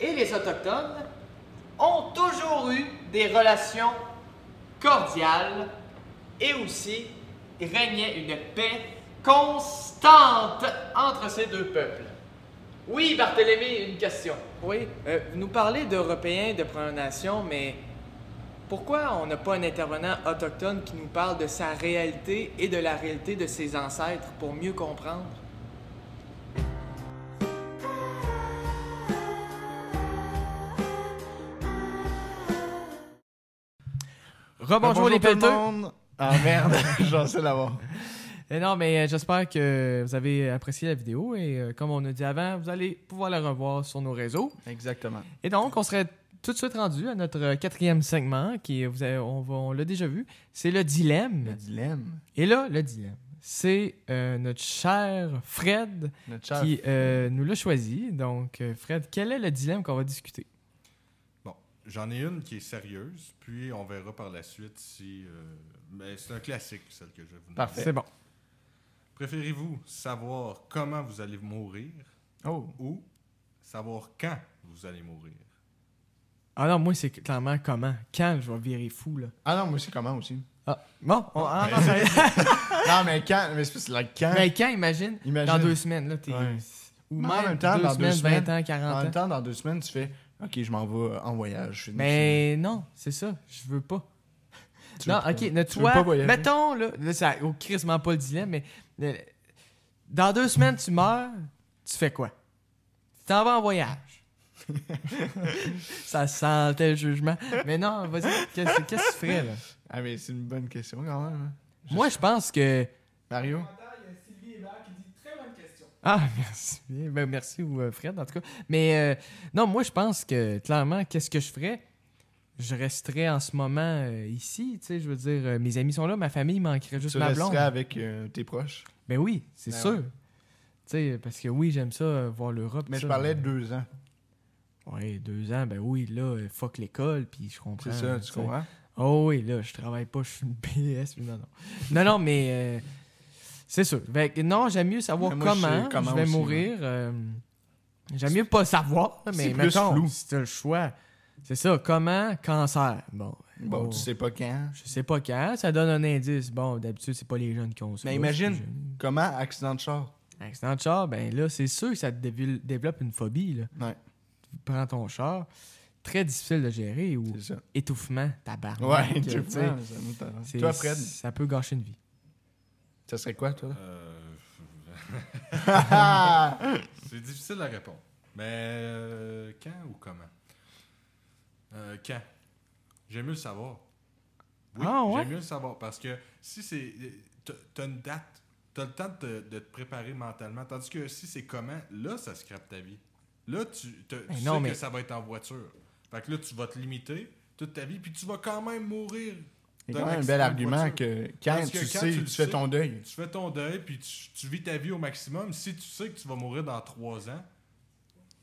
Speaker 1: et les Autochtones ont toujours eu des relations cordiales et aussi régnait une paix constante entre ces deux peuples. Oui, Barthélemy, une question. Oui, euh, vous nous parlez d'Européens, de Premières Nations, mais pourquoi on n'a pas un intervenant autochtone qui nous parle de sa réalité et de la réalité de ses ancêtres pour mieux comprendre? Rebonjour les
Speaker 2: Ben, tout le
Speaker 1: pelleteux.
Speaker 2: monde. Ah merde, j'en sais l'avoir.
Speaker 1: Eh non, mais euh, j'espère que vous avez apprécié la vidéo et euh, comme on a dit avant, vous allez pouvoir la revoir sur nos réseaux.
Speaker 2: Exactement.
Speaker 1: Et donc, on serait tout de suite rendu à notre euh, quatrième segment, qui est- vous avez- on, va- on l'a déjà vu, c'est le dilemme.
Speaker 2: Le dilemme.
Speaker 1: Et là, le dilemme, c'est euh, notre cher Fred
Speaker 2: Notre cher.
Speaker 1: qui euh, nous l'a choisi. Donc, euh, Fred, quel est le dilemme qu'on va discuter?
Speaker 4: Bon, j'en ai une qui est sérieuse, puis on verra par la suite si. euh, mais c'est un classique, celle que je vais vous
Speaker 2: Parfait.
Speaker 1: C'est bon.
Speaker 4: Préférez-vous savoir comment vous allez mourir
Speaker 2: Oh.
Speaker 4: ou savoir quand vous allez mourir?
Speaker 1: Ah non, moi, c'est clairement comment. Quand je vais virer fou, là.
Speaker 2: Ah non, moi c'est comment aussi.
Speaker 1: Ah, bon, on,
Speaker 2: Ben,
Speaker 1: ah, non,
Speaker 2: non, mais quand. Mais c'est like quand.
Speaker 1: Mais quand, imagine,
Speaker 2: Imagine.
Speaker 1: dans deux semaines, là, t'es...
Speaker 2: Ouais.
Speaker 1: Ou
Speaker 2: Mais
Speaker 1: même,
Speaker 2: en même temps,
Speaker 1: deux
Speaker 2: dans deux
Speaker 1: semaines,
Speaker 2: semaines,
Speaker 1: 20 ans,
Speaker 2: en
Speaker 1: 40 ans.
Speaker 2: même temps, dans deux semaines, tu fais Ok, je m'en vais euh, en voyage. je finis.
Speaker 1: Mais non, c'est ça, je veux pas.
Speaker 2: Tu veux
Speaker 1: Non,
Speaker 2: pas-
Speaker 1: ok, ne
Speaker 2: veux pas
Speaker 1: toi,
Speaker 2: voyager?
Speaker 1: mettons, là, là ça au crissement pas le dilemme, mais euh, dans deux semaines, tu meurs, tu fais quoi? Tu t'en vas en voyage. ça sentait le jugement. Mais non, vas-y, qu'est-ce qu'est-ce que tu ferais, là?
Speaker 2: Ah, mais c'est une bonne question quand même. hein.
Speaker 1: Moi, je pense que...
Speaker 2: Mario
Speaker 3: Il y a Sylvie Hébert qui dit très bonne question.
Speaker 1: Ah, merci. bien. Ben, merci, ou, euh, Fred, en tout cas. Mais euh, non, moi, je pense que, clairement, qu'est-ce que je ferais? Je resterais en ce moment euh, ici, tu sais, je veux dire, euh, mes amis sont là, ma famille il manquerait juste
Speaker 2: Tu
Speaker 1: ma
Speaker 2: resterais
Speaker 1: blonde.
Speaker 2: avec euh, tes proches.
Speaker 1: Ben oui, c'est
Speaker 2: Ben
Speaker 1: sûr.
Speaker 2: ouais.
Speaker 1: Tu sais, parce que oui, j'aime ça, euh, voir l'Europe.
Speaker 2: Mais
Speaker 1: ça,
Speaker 2: je parlais de deux ans.
Speaker 1: Ouais, deux ans, ben oui, là, euh, fuck l'école, puis je comprends.
Speaker 2: C'est ça,
Speaker 1: euh,
Speaker 2: tu
Speaker 1: sais.
Speaker 2: comprends
Speaker 1: Oh oui, là, je travaille pas, je suis une BS, mais non, non. Non, non, mais euh, c'est sûr. Fait que non, j'aime mieux savoir
Speaker 2: Mais moi, je sais
Speaker 1: comment,
Speaker 2: comment
Speaker 1: je vais
Speaker 2: aussi,
Speaker 1: mourir. euh, j'aime mieux pas savoir, là, mais
Speaker 2: c'est plus
Speaker 1: mettons,
Speaker 2: flou.
Speaker 1: si t'as le choix. C'est ça, comment, cancer. Bon,
Speaker 2: Bon,
Speaker 1: oh,
Speaker 2: tu sais pas quand.
Speaker 1: je sais pas quand, ça donne un indice. Bon, d'habitude, c'est pas les jeunes qui ont ça.
Speaker 2: Mais imagine, comment accident de char
Speaker 1: Accident de char, ben là, c'est sûr que ça te dévil- développe une phobie. Là.
Speaker 2: Ouais.
Speaker 1: Tu prends ton char, très difficile de gérer ou
Speaker 2: C'est ça.
Speaker 1: étouffement, tabarnak.
Speaker 2: Ouais,
Speaker 1: tu
Speaker 2: tu
Speaker 1: sais.
Speaker 2: vois. c'est un autre talent.
Speaker 1: C'est-
Speaker 2: Toi, Fred,
Speaker 1: Ça peut gâcher une vie.
Speaker 2: ça serait quoi, toi
Speaker 4: Euh,
Speaker 2: Ah!
Speaker 4: c'est difficile à répondre. Mais euh, quand ou comment? Euh, quand? J'aime mieux le savoir. Oui,
Speaker 1: Ah, ouais?
Speaker 4: j'aime mieux le savoir parce que si c'est. euh, t'as- T'as une date, t'as le temps de te, de te préparer mentalement. Tandis que si c'est comment, là, ça scrape ta vie. Là, tu, t'as-
Speaker 1: Mais
Speaker 4: tu
Speaker 1: non,
Speaker 4: sais
Speaker 1: mais-
Speaker 4: que ça va être en voiture. Fait que là, tu vas te limiter toute ta vie, puis tu vas quand même mourir.
Speaker 2: C'est
Speaker 4: d'un
Speaker 2: quand même un
Speaker 4: accident
Speaker 2: bel
Speaker 4: de
Speaker 2: argument
Speaker 4: voiture.
Speaker 2: que quand
Speaker 4: Parce
Speaker 2: tu
Speaker 4: que quand
Speaker 2: sais,
Speaker 4: tu le
Speaker 2: tu fais
Speaker 4: sais-
Speaker 2: ton deuil.
Speaker 4: Tu fais ton deuil, puis tu, tu vis ta vie au maximum. Si tu sais que tu vas mourir dans trois ans,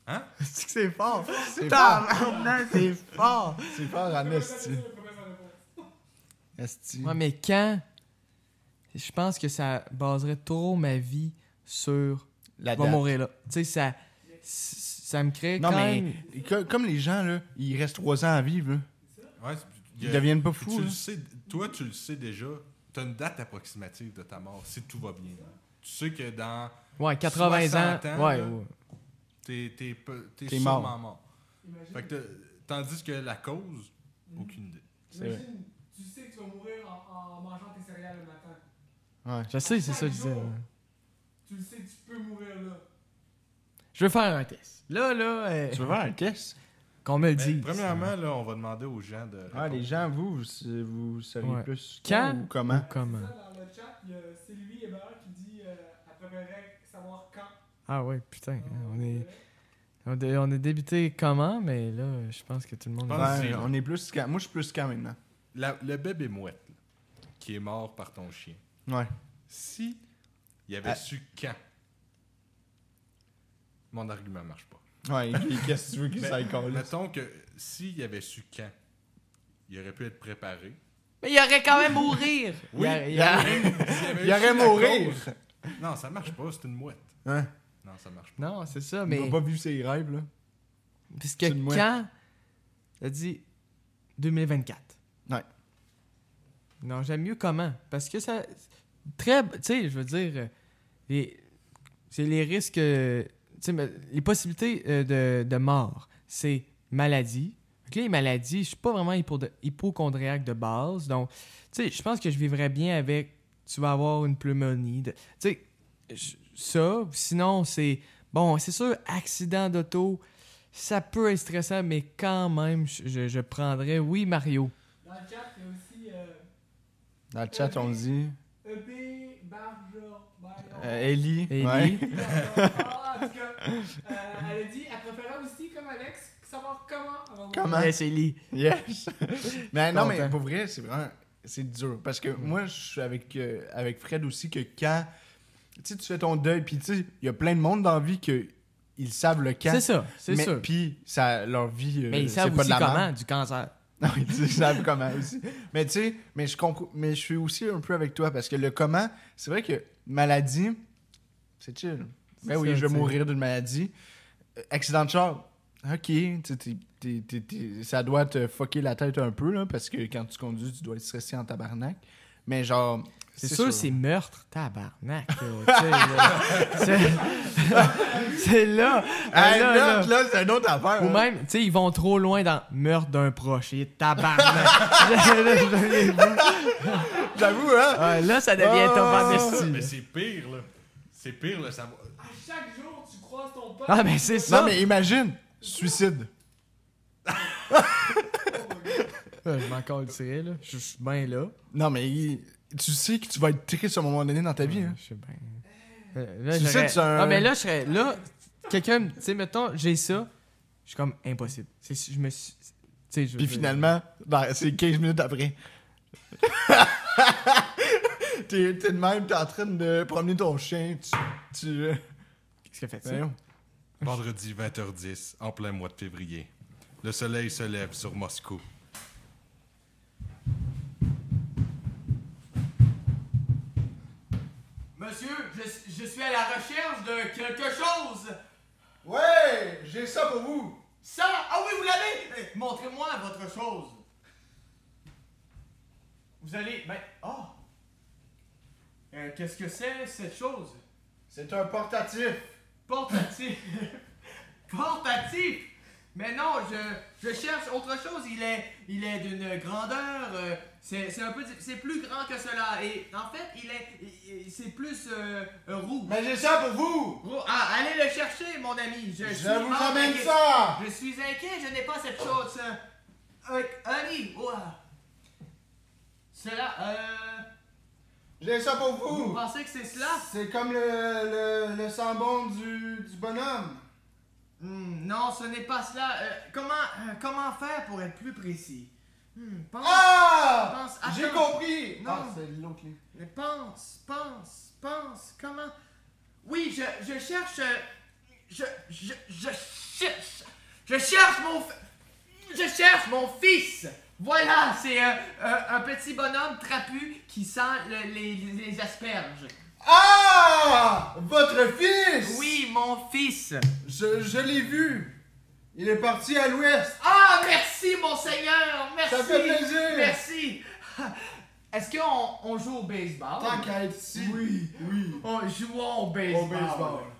Speaker 4: hein?
Speaker 2: C'est fort! C'est fort!
Speaker 1: Tabarnak, c'est fort!
Speaker 2: C'est fort en esti. Esti.
Speaker 1: Ouais, mais quand... Je pense que ça baserait trop ma vie sur...
Speaker 2: La
Speaker 1: Je vais
Speaker 2: date.
Speaker 1: mourir là. Tu sais, ça... Ça me crée
Speaker 2: Non,
Speaker 1: quand
Speaker 2: mais
Speaker 1: même...
Speaker 2: co- comme les gens, là, ils restent trois ans à vivre, là.
Speaker 4: Ouais,
Speaker 2: Ils
Speaker 4: y a-
Speaker 2: deviennent pas hein.
Speaker 4: tu
Speaker 2: fous.
Speaker 4: le
Speaker 2: là.
Speaker 4: sais- toi, tu le sais déjà. Tu as une date approximative de ta mort, si tout va bien. Tu sais que dans.
Speaker 1: Ouais, 80 ans.
Speaker 4: 60 ans,
Speaker 1: ouais,
Speaker 4: là.
Speaker 1: ouais.
Speaker 4: T'es t'es peu- t'es
Speaker 2: T'es
Speaker 4: sûrement
Speaker 2: mort.
Speaker 4: mort. Fait que t'as- tandis que la cause, aucune idée.
Speaker 2: C'est vrai.
Speaker 3: Imagine, tu sais que tu vas mourir en, en mangeant tes céréales le matin.
Speaker 2: Ouais.
Speaker 1: Je sais, c'est ça que je disais. ouais.
Speaker 3: Tu le sais, tu peux mourir là.
Speaker 1: Je veux faire un test. Là, là, euh,
Speaker 2: Tu Ben, veux faire un test?
Speaker 1: qu'on me le
Speaker 4: Mais
Speaker 1: dise.
Speaker 4: Ben, premièrement, là, on va demander aux gens de.
Speaker 2: Ah, les gens, vous, vous, vous seriez
Speaker 1: Ouais.
Speaker 2: plus
Speaker 1: Quand
Speaker 2: ou comment?
Speaker 1: Ou comment?
Speaker 3: Ça, dans le chat, il y a Sylvie Hébert qui dit euh, elle préférerait savoir quand.
Speaker 1: Ah ouais, putain, on est... On a- on a débuté comment, mais là, je pense que tout le monde...
Speaker 4: Pense-
Speaker 2: Ouais,
Speaker 4: c'est-
Speaker 2: on est plus quand. Moi, je suis plus quand maintenant.
Speaker 4: La- le bébé mouette, là, qui est mort par ton chien,
Speaker 2: Ouais.
Speaker 4: si il avait
Speaker 2: Ah.
Speaker 4: su quand, mon argument marche pas.
Speaker 2: Ouais, et qu'est-ce que tu veux qu'ils
Speaker 4: Mais-
Speaker 2: aillent coller?
Speaker 4: Mettons que s'il avait su quand, il aurait pu être préparé.
Speaker 1: Mais il aurait quand même mourir!
Speaker 4: Oui,
Speaker 1: Il aurait- il
Speaker 4: il
Speaker 1: aurait-
Speaker 4: aurait-
Speaker 2: Il aurait
Speaker 4: su la
Speaker 2: mourir.
Speaker 4: cause. Non, ça marche pas, c'est une mouette.
Speaker 2: Hein?
Speaker 4: Non, ça marche pas.
Speaker 1: Non, c'est ça,
Speaker 2: Il
Speaker 1: mais...
Speaker 2: va pas vivre ses rêves, là.
Speaker 1: Puisque
Speaker 2: C'est une mouette.
Speaker 1: quand. T'as dit 2024.
Speaker 2: Ouais.
Speaker 1: Non, j'aime mieux comment. Parce que ça. Très. Tu sais, je veux dire. euh, les- C'est les risques. euh, Tu sais, mais les possibilités euh, de, de mort, c'est maladie. Fait que là, les maladies, je suis pas vraiment hypo- hypochondriaque de base. Donc, tu sais, je pense que je vivrais bien avec. Tu vas avoir une pneumonie. de- Tu sais, je- ça. Sinon, c'est. Bon, c'est sûr, accident d'auto, ça peut être stressant, mais quand même, je, je- je prendrais, oui, Mario.
Speaker 3: Dans le chat, il y a aussi euh,
Speaker 2: Dans le chat, on dit.
Speaker 3: EB Barjo. Barjo.
Speaker 2: Euh, Ellie.
Speaker 1: Ellie.
Speaker 2: Ouais.
Speaker 3: Ah, en tout cas, euh, elle a dit, elle préférait aussi, comme Alex,
Speaker 7: Savoir comment avoir
Speaker 2: Comment?
Speaker 6: Mais c'est Lee.
Speaker 2: Yes. mais non, mais
Speaker 6: Content. Mm-hmm.
Speaker 2: pour vrai, c'est vraiment c'est dur parce que moi je suis avec euh, avec Fred aussi que quand tu sais, tu fais ton deuil puis tu sais, il y a plein de monde dans la vie que ils savent le quand.
Speaker 6: C'est ça, c'est
Speaker 2: mais-
Speaker 6: sûr.
Speaker 2: Puis ça leur vie euh,
Speaker 6: Mais ils
Speaker 2: c'est
Speaker 6: savent
Speaker 2: pas
Speaker 6: aussi
Speaker 2: de la merde.
Speaker 6: comment, du cancer.
Speaker 2: Non, ils savent comment aussi. Mais tu sais, mais je comprends, mais je suis aussi un peu avec toi parce que le comment, c'est vrai que maladie, c'est chill. Ben
Speaker 6: C'est
Speaker 2: oui,
Speaker 6: ça,
Speaker 2: je vais
Speaker 6: tu sais.
Speaker 2: mourir d'une maladie. Euh, Accident de char, ok, tu sais, t'es- t'es- t'es- t'es- ça doit te fucker la tête un peu là, parce que quand tu conduis, tu dois être stressé en tabarnak. Mais genre,
Speaker 6: C'est sûr, c'est meurtre, tabarnak. euh, tu sais, là. C'est- C'est là. euh,
Speaker 2: Hey,
Speaker 6: là, là.
Speaker 2: là, là, c'est une autre affaire.
Speaker 6: Ou
Speaker 2: hein.
Speaker 6: même, tu sais, ils vont trop loin dans meurtre d'un proche. Et tabarnak. là,
Speaker 2: J'avoue, hein.
Speaker 6: là, ça devient
Speaker 2: Oh.
Speaker 6: top
Speaker 4: Mais c'est pire, là. C'est pire, là. Ça... va-
Speaker 7: À chaque jour, tu croises ton pote.
Speaker 6: Ah, mais c'est ça.
Speaker 2: Non, mais imagine, suicide.
Speaker 6: Euh, Je m'en calisserais, là. Je je suis bien là.
Speaker 2: Non, mais il- tu sais que tu vas être triste à un moment donné dans ta vie. hein.
Speaker 6: Je sais bien. Euh, là,
Speaker 2: Tu sais,
Speaker 6: j'aurais-
Speaker 2: c'est un-
Speaker 6: Ah, mais là, je serais. Là, quelqu'un, me- tu sais, mettons, j'ai ça. Je suis comme impossible. C'est si je me suis. tu sais, je-
Speaker 2: Puis
Speaker 6: je-
Speaker 2: finalement, dans- c'est 15 minutes après. t'es, t'es de même, t'es en train de promener ton chien, tu. tu euh,
Speaker 6: Qu'est-ce que fait ça?
Speaker 2: voyons.
Speaker 4: Vendredi 20h10, en plein mois de février. Le soleil se lève sur Moscou.
Speaker 1: Monsieur, je, je suis à la recherche de quelque chose.
Speaker 2: Ouais, j'ai ça pour vous.
Speaker 1: Ça, ah oui, vous l'avez. Eh, Montrez-moi votre chose. Vous allez, ben, oh. Euh, Qu'est-ce que c'est cette chose
Speaker 2: C'est un portatif.
Speaker 1: Portatif. Portatif. Mais non, je, je cherche autre chose. Il est, il est d'une grandeur. euh, c'est c'est un peu, di- c'est plus grand que cela. Et en fait, il est, il- il- c'est plus euh, euh, roux.
Speaker 2: Mais j'ai ça pour vous.
Speaker 1: Roux. Ah, allez le chercher, mon ami. Je, suis inquiet.
Speaker 2: ça.
Speaker 1: Je suis inquiet. Je n'ai pas cette chose. Euh, un lit. Oh. Cela. Euh,
Speaker 2: J'ai ça pour
Speaker 1: vous pensez que c'est cela
Speaker 2: C'est comme le, le, le sambon du, du bonhomme.
Speaker 1: Hmm, non, ce n'est pas cela. Euh, comment, euh, comment faire pour être plus précis Hmm, pense,
Speaker 2: Ah!
Speaker 1: pense, attends.
Speaker 2: compris.
Speaker 1: Non.
Speaker 2: Ah, c'est l'autre livre.
Speaker 1: Mais pense, pense, pense. Comment Oui, je, je cherche. euh, Je, je, je cherche. Je cherche mon. fi- Je cherche mon fils. Voilà, c'est euh, euh, un petit bonhomme trapu qui sent le- les, les asperges.
Speaker 2: Ah! Votre fils.
Speaker 1: Oui, mon fils.
Speaker 2: Je, je l'ai vu. Il est parti à l'ouest.
Speaker 1: Ah, merci, mon Seigneur! Merci!
Speaker 2: Ça fait plaisir.
Speaker 1: Merci! Est-ce qu'on on joue au baseball?
Speaker 2: Tant qu'à être ici. Ah. Oui, oui.
Speaker 1: On joue au baseball.
Speaker 2: Au baseball.